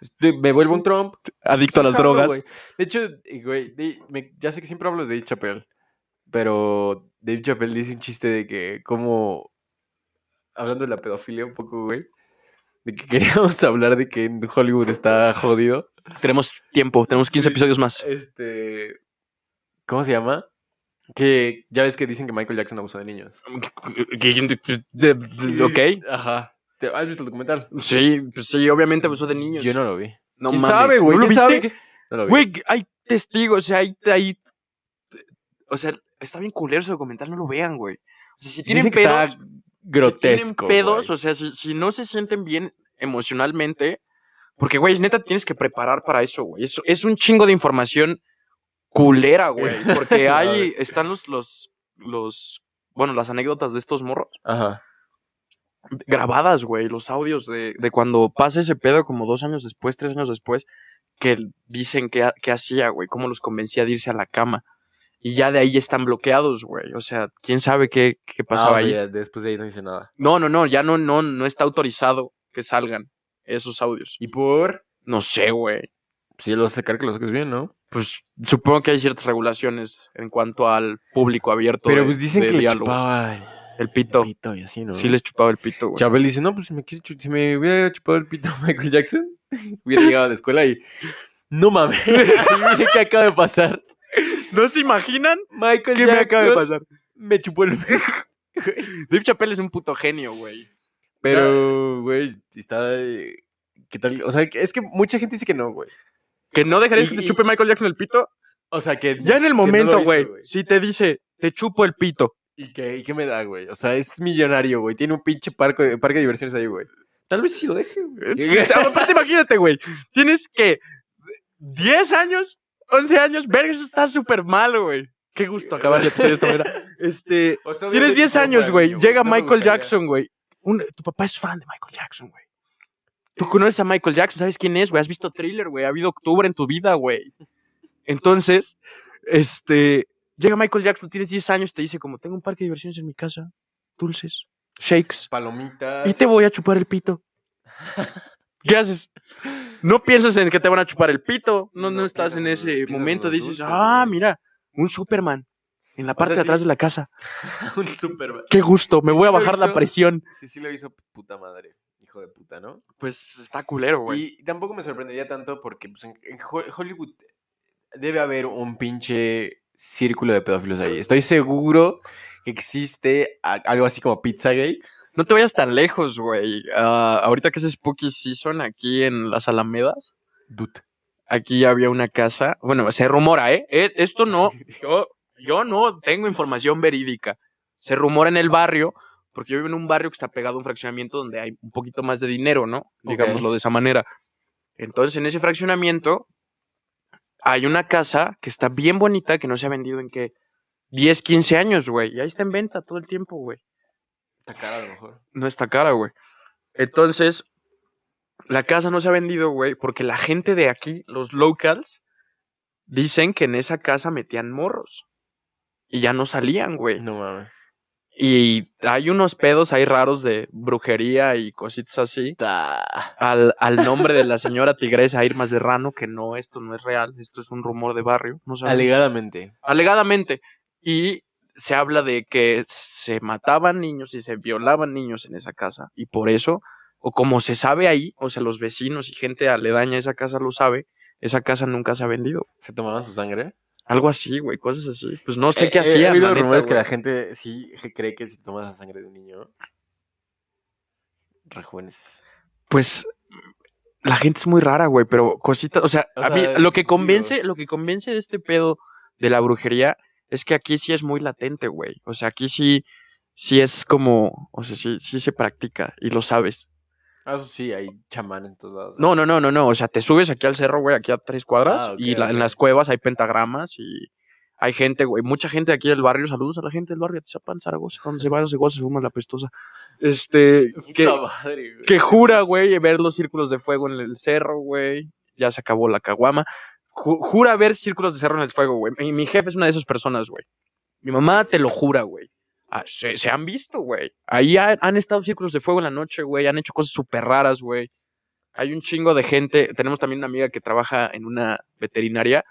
[SPEAKER 2] Este, Me vuelvo un Trump.
[SPEAKER 1] Adicto a las
[SPEAKER 2] Cabrón,
[SPEAKER 1] drogas.
[SPEAKER 2] güey. De hecho, eh, güey, de- me- ya sé que siempre hablo de Dave Chappelle, pero Dave Chappelle dice un chiste de que, como, hablando de la pedofilia un poco, güey, de que queríamos hablar de que en Hollywood está jodido.
[SPEAKER 1] Tenemos tiempo, tenemos 15
[SPEAKER 2] Sí.
[SPEAKER 1] episodios más.
[SPEAKER 2] Este, ¿cómo se llama? Que ya ves que dicen que Michael Jackson abusó de niños.
[SPEAKER 1] eh,
[SPEAKER 2] Y dice-
[SPEAKER 1] Ok.
[SPEAKER 2] Ajá. ¿Te- ¿Has visto el documental?
[SPEAKER 1] Sí, pues sí, obviamente abusó de niños.
[SPEAKER 2] Yo no lo vi.
[SPEAKER 1] No
[SPEAKER 2] ¿Quién
[SPEAKER 1] mames,
[SPEAKER 2] sabe,
[SPEAKER 1] ¿no
[SPEAKER 2] güey?
[SPEAKER 1] lo
[SPEAKER 2] ¿Quién sabe
[SPEAKER 1] viste?
[SPEAKER 2] que- No lo vi.
[SPEAKER 1] Güey, hay testigos, o sea, hay, hay- O sea, está bien culero ese documental, no lo vean, güey. O sea, si tienen
[SPEAKER 2] Dicen que está
[SPEAKER 1] pedos...
[SPEAKER 2] grotesco.
[SPEAKER 1] Si tienen pedos,
[SPEAKER 2] güey.
[SPEAKER 1] o sea, si, si no se sienten bien emocionalmente, porque, güey, neta, tienes que preparar para eso, güey. Es, es un chingo de información culera, güey. Porque
[SPEAKER 2] A
[SPEAKER 1] hay, están los, los, los, bueno, las anécdotas de estos morros
[SPEAKER 2] Ajá.
[SPEAKER 1] grabadas, güey, los audios de, de cuando pasa ese pedo como dos años después, tres años después, que dicen que, ha- que hacía, güey, cómo los convencía de irse a la cama. Y ya de ahí están bloqueados, güey. O sea, quién sabe qué, qué pasaba
[SPEAKER 2] Ah, o sea,
[SPEAKER 1] ahí.
[SPEAKER 2] ya después de ahí no hice nada.
[SPEAKER 1] No, no, no, ya no, no, no está autorizado que salgan esos audios.
[SPEAKER 2] ¿Y por?
[SPEAKER 1] No sé, güey.
[SPEAKER 2] Pues ya lo vas a sacar que lo saques bien, ¿no?
[SPEAKER 1] Pues supongo que hay ciertas regulaciones en cuanto al público abierto.
[SPEAKER 2] Pero
[SPEAKER 1] de-
[SPEAKER 2] pues dicen
[SPEAKER 1] de
[SPEAKER 2] que le
[SPEAKER 1] diálogos.
[SPEAKER 2] chupaba el
[SPEAKER 1] El pito.
[SPEAKER 2] pito y así, ¿no?
[SPEAKER 1] Sí les chupaba el pito, güey.
[SPEAKER 2] Chabel dice, no, pues si me, quise chu- si me hubiera chupado el pito Michael Jackson, hubiera llegado a la escuela y... No mames, mire qué acaba de pasar.
[SPEAKER 1] ¿No se imaginan
[SPEAKER 2] Michael
[SPEAKER 1] qué me
[SPEAKER 2] Jackson
[SPEAKER 1] acaba de pasar?
[SPEAKER 2] me chupó el pito.
[SPEAKER 1] Dave Chappelle es un puto genio, güey. Ah,
[SPEAKER 2] Pero, güey, está... eh, ¿Qué tal? O sea, que- es que mucha gente dice que no, güey.
[SPEAKER 1] ¿Que no dejarías que
[SPEAKER 2] Y-
[SPEAKER 1] te
[SPEAKER 2] y-
[SPEAKER 1] chupe Michael Jackson el pito?
[SPEAKER 2] O sea, que...
[SPEAKER 1] Ya en
[SPEAKER 2] que
[SPEAKER 1] el
[SPEAKER 2] no lo
[SPEAKER 1] momento,
[SPEAKER 2] hizo,
[SPEAKER 1] güey. si te dice, te chupo el pito.
[SPEAKER 2] ¿Y qué, ¿Y qué me da, güey? O sea, es millonario, güey. Tiene un pinche parque, parque de diversiones ahí, güey. Tal vez sí lo deje, güey.
[SPEAKER 1] Aparte, "Ah, imagínate, güey. Tienes que 10 años, 11 años, verga, eso está súper mal, güey. Qué gusto acabar el episodio de esta manera. Este,
[SPEAKER 2] O sea,
[SPEAKER 1] tienes
[SPEAKER 2] obviamente
[SPEAKER 1] 10
[SPEAKER 2] si yo
[SPEAKER 1] años,
[SPEAKER 2] fuera
[SPEAKER 1] güey.
[SPEAKER 2] niño,
[SPEAKER 1] Llega
[SPEAKER 2] no me
[SPEAKER 1] Michael
[SPEAKER 2] gustaría.
[SPEAKER 1] Jackson, güey. Un- Tu papá es fan de Michael Jackson, güey. Tú conoces a Michael Jackson, sabes quién es, güey. Has visto thriller, güey. Ha habido octubre en tu vida, güey. Entonces, este, llega Michael Jackson, tienes 10 años, te dice como, tengo un parque de diversiones en mi casa, dulces, shakes,
[SPEAKER 2] Palomitas.
[SPEAKER 1] y te voy a chupar el pito. ¿Qué haces? No piensas en que te van a chupar el pito. No, no,
[SPEAKER 2] No
[SPEAKER 1] estás
[SPEAKER 2] piensas
[SPEAKER 1] en
[SPEAKER 2] en los-
[SPEAKER 1] ese
[SPEAKER 2] piensas en
[SPEAKER 1] momento.
[SPEAKER 2] los
[SPEAKER 1] Dices,
[SPEAKER 2] dulces,
[SPEAKER 1] ah,
[SPEAKER 2] güey".
[SPEAKER 1] mira, un Superman en la parte
[SPEAKER 2] sea,
[SPEAKER 1] de atrás
[SPEAKER 2] sí.
[SPEAKER 1] de la casa.
[SPEAKER 2] un Superman.
[SPEAKER 1] Qué gusto, me
[SPEAKER 2] Sí,
[SPEAKER 1] voy a
[SPEAKER 2] sí lo
[SPEAKER 1] bajar la
[SPEAKER 2] hizo.
[SPEAKER 1] presión.
[SPEAKER 2] Sí, sí lo hizo puta madre. Hijo de puta, ¿no?
[SPEAKER 1] Pues está culero, güey.
[SPEAKER 2] Y tampoco me sorprendería tanto porque pues, en, en Ho- Hollywood debe haber un pinche círculo de pedófilos ahí. Estoy seguro que existe a- algo así como Pizzagate.
[SPEAKER 1] No te vayas tan lejos, güey. Ah, ahorita que es Spooky Season aquí en las Alamedas,
[SPEAKER 2] Dude.
[SPEAKER 1] aquí había una casa. Bueno, se rumora, ¿eh? Eh, Esto no, yo, yo no tengo información verídica. Se rumora en el barrio, porque yo vivo en un barrio que está pegado a un fraccionamiento donde hay un poquito más de dinero, ¿no? Digámoslo de esa manera. Entonces, en ese fraccionamiento hay una casa que está bien bonita, que no se ha vendido en que 10, 15 años, güey. Y ahí está en venta todo el tiempo, güey.
[SPEAKER 2] Está cara a lo mejor.
[SPEAKER 1] no está cara, güey. Entonces, la casa no se ha vendido, güey, porque la gente de aquí, los locals, dicen que en esa casa metían morros. Y ya no salían, güey.
[SPEAKER 2] Eh, No mames.
[SPEAKER 1] Y hay unos pedos ahí raros de brujería y cositas así.
[SPEAKER 2] Ta.
[SPEAKER 1] Al, al nombre de la señora tigresa Irma Serrano, que no, esto no es real, esto es un rumor de barrio. No sabemos.
[SPEAKER 2] Alegadamente.
[SPEAKER 1] alegadamente. Y se habla de que se mataban niños y se violaban niños en esa casa. Y por eso, o como se sabe ahí, o sea, los vecinos y gente aledaña a esa casa lo sabe, esa casa nunca se ha vendido.
[SPEAKER 2] ¿Se tomaban su sangre?
[SPEAKER 1] Algo así, güey, cosas así. Pues no sé qué
[SPEAKER 2] Eh, eh, He
[SPEAKER 1] hacían.
[SPEAKER 2] oído
[SPEAKER 1] la neta,
[SPEAKER 2] rumores que
[SPEAKER 1] güey.
[SPEAKER 2] la gente sí cree que si tomas la sangre de un niño, rejuvenes.
[SPEAKER 1] Pues la gente es muy rara, güey, pero cositas, o sea,
[SPEAKER 2] O
[SPEAKER 1] a mí
[SPEAKER 2] sea,
[SPEAKER 1] lo que
[SPEAKER 2] digo-
[SPEAKER 1] convence, lo que convence de este pedo de la brujería es que aquí sí es muy latente, güey. O sea, aquí sí sí es como, o sea, sí sí se practica y lo sabes.
[SPEAKER 2] Ah, eso sí, hay chamanes en todos lados.
[SPEAKER 1] No, no, no, no, no. O sea, te subes aquí al cerro, güey, aquí a tres cuadras.
[SPEAKER 2] Ah, ok,
[SPEAKER 1] y la- en
[SPEAKER 2] ok.
[SPEAKER 1] las cuevas hay pentagramas y hay gente, güey. Mucha gente aquí del barrio. Saludos a la gente del barrio. Tizapan, Zaragoza, donde se va, no se goza, se fuma la pestosa. Este, que,
[SPEAKER 2] Puta madre, güey.
[SPEAKER 1] que jura, güey, ver los círculos de fuego en el cerro, güey. Ya se acabó la caguama. Ju- jura ver círculos de cerro en el fuego, güey. Mi, mi jefe es una de esas personas, güey. Mi mamá te lo jura, güey. Ah, se, se han visto, güey. Ahí ha- han estado círculos de fuego en la noche, güey. Han hecho cosas súper raras, güey. Hay un chingo de gente. Tenemos también una amiga que trabaja en una veterinaria,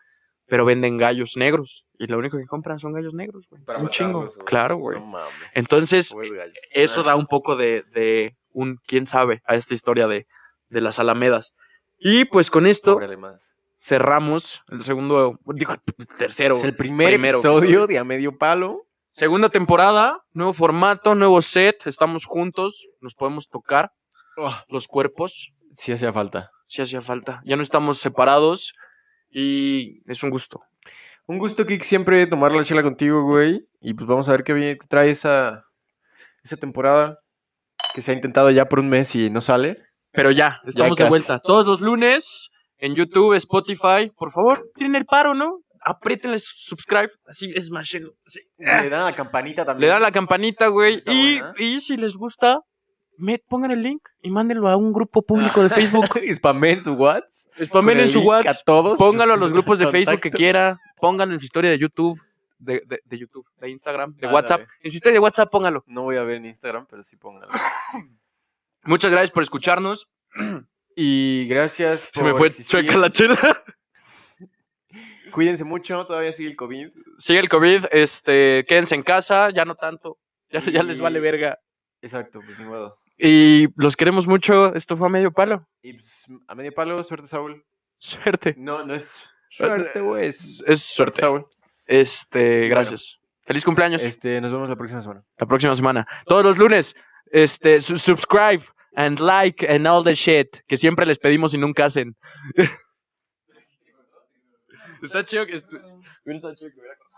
[SPEAKER 1] pero venden gallos negros. Y lo único que compran son gallos negros, güey.
[SPEAKER 5] Para
[SPEAKER 1] Un chingo.
[SPEAKER 5] matarlos, güey.
[SPEAKER 1] Claro, güey.
[SPEAKER 2] No mames.
[SPEAKER 1] Entonces,
[SPEAKER 2] Pobres gallos.
[SPEAKER 1] eso da un poco de, de un quién sabe a esta historia de, de las Alamedas. Y pues con esto
[SPEAKER 2] Pobre alemanes.
[SPEAKER 1] cerramos el segundo, digo, el tercero.
[SPEAKER 2] Es el primer
[SPEAKER 1] primero
[SPEAKER 2] episodio de A Medio Palo.
[SPEAKER 1] Segunda temporada, nuevo formato, nuevo set, estamos juntos, nos podemos tocar
[SPEAKER 2] Ah,
[SPEAKER 1] los cuerpos
[SPEAKER 2] sí hacía falta.
[SPEAKER 1] si hacía falta. Ya no estamos separados y es un gusto.
[SPEAKER 2] Un gusto, Kik, siempre tomar la chela contigo, güey. Y pues vamos a ver qué viene- qué trae esa, esa temporada que se ha intentado ya por un mes y no sale.
[SPEAKER 1] Pero ya, estamos de
[SPEAKER 2] casi.
[SPEAKER 1] vuelta. Todos los lunes en YouTube, Spotify. Por favor, tienen el paro, ¿no? Apriétenle subscribe. Así es más lleno. así.
[SPEAKER 2] Le dan la campanita también.
[SPEAKER 1] Eh. Le dan la campanita, güey.
[SPEAKER 2] Está
[SPEAKER 1] Y,
[SPEAKER 2] buena.
[SPEAKER 1] y si les gusta, me, pongan el link y mándenlo a un grupo público de Facebook.
[SPEAKER 2] Spamen su WhatsApp.
[SPEAKER 1] Spamen en su
[SPEAKER 2] Dedica A
[SPEAKER 1] WhatsApp.
[SPEAKER 2] todos.
[SPEAKER 1] Pónganlo a los grupos de Facebook que
[SPEAKER 2] Contacto.
[SPEAKER 1] quiera. Pónganlo en su historia de YouTube. De, de- de YouTube, de Instagram, de
[SPEAKER 2] Ándale.
[SPEAKER 1] WhatsApp. En su historia de WhatsApp, póngalo.
[SPEAKER 2] No voy a ver en Instagram, pero sí pónganlo.
[SPEAKER 1] Muchas gracias por escucharnos.
[SPEAKER 2] Y gracias
[SPEAKER 1] Se
[SPEAKER 2] por
[SPEAKER 1] me fue
[SPEAKER 2] existir.
[SPEAKER 1] chueca la chela.
[SPEAKER 2] Cuídense mucho, todavía sigue el COVID.
[SPEAKER 1] Sigue el COVID. Este, quédense en casa. Ya no tanto. Ya, ya les
[SPEAKER 2] Y-
[SPEAKER 1] vale verga.
[SPEAKER 2] Exacto, pues ni modo.
[SPEAKER 1] Y los queremos mucho. Esto fue a medio palo.
[SPEAKER 2] Y pues, a medio palo, suerte, Saúl.
[SPEAKER 1] Suerte.
[SPEAKER 2] No, no es suerte, güey. Es
[SPEAKER 1] Es suerte.
[SPEAKER 2] Saúl.
[SPEAKER 1] Este,
[SPEAKER 2] bueno.
[SPEAKER 1] gracias. Feliz cumpleaños.
[SPEAKER 2] Este, nos vemos la próxima semana.
[SPEAKER 1] la próxima semana. Todos los lunes, este, su- subscribe and like and all the shit que siempre les pedimos y nunca hacen. Está chido que estu- hubiera estado chido que hubiera cortado.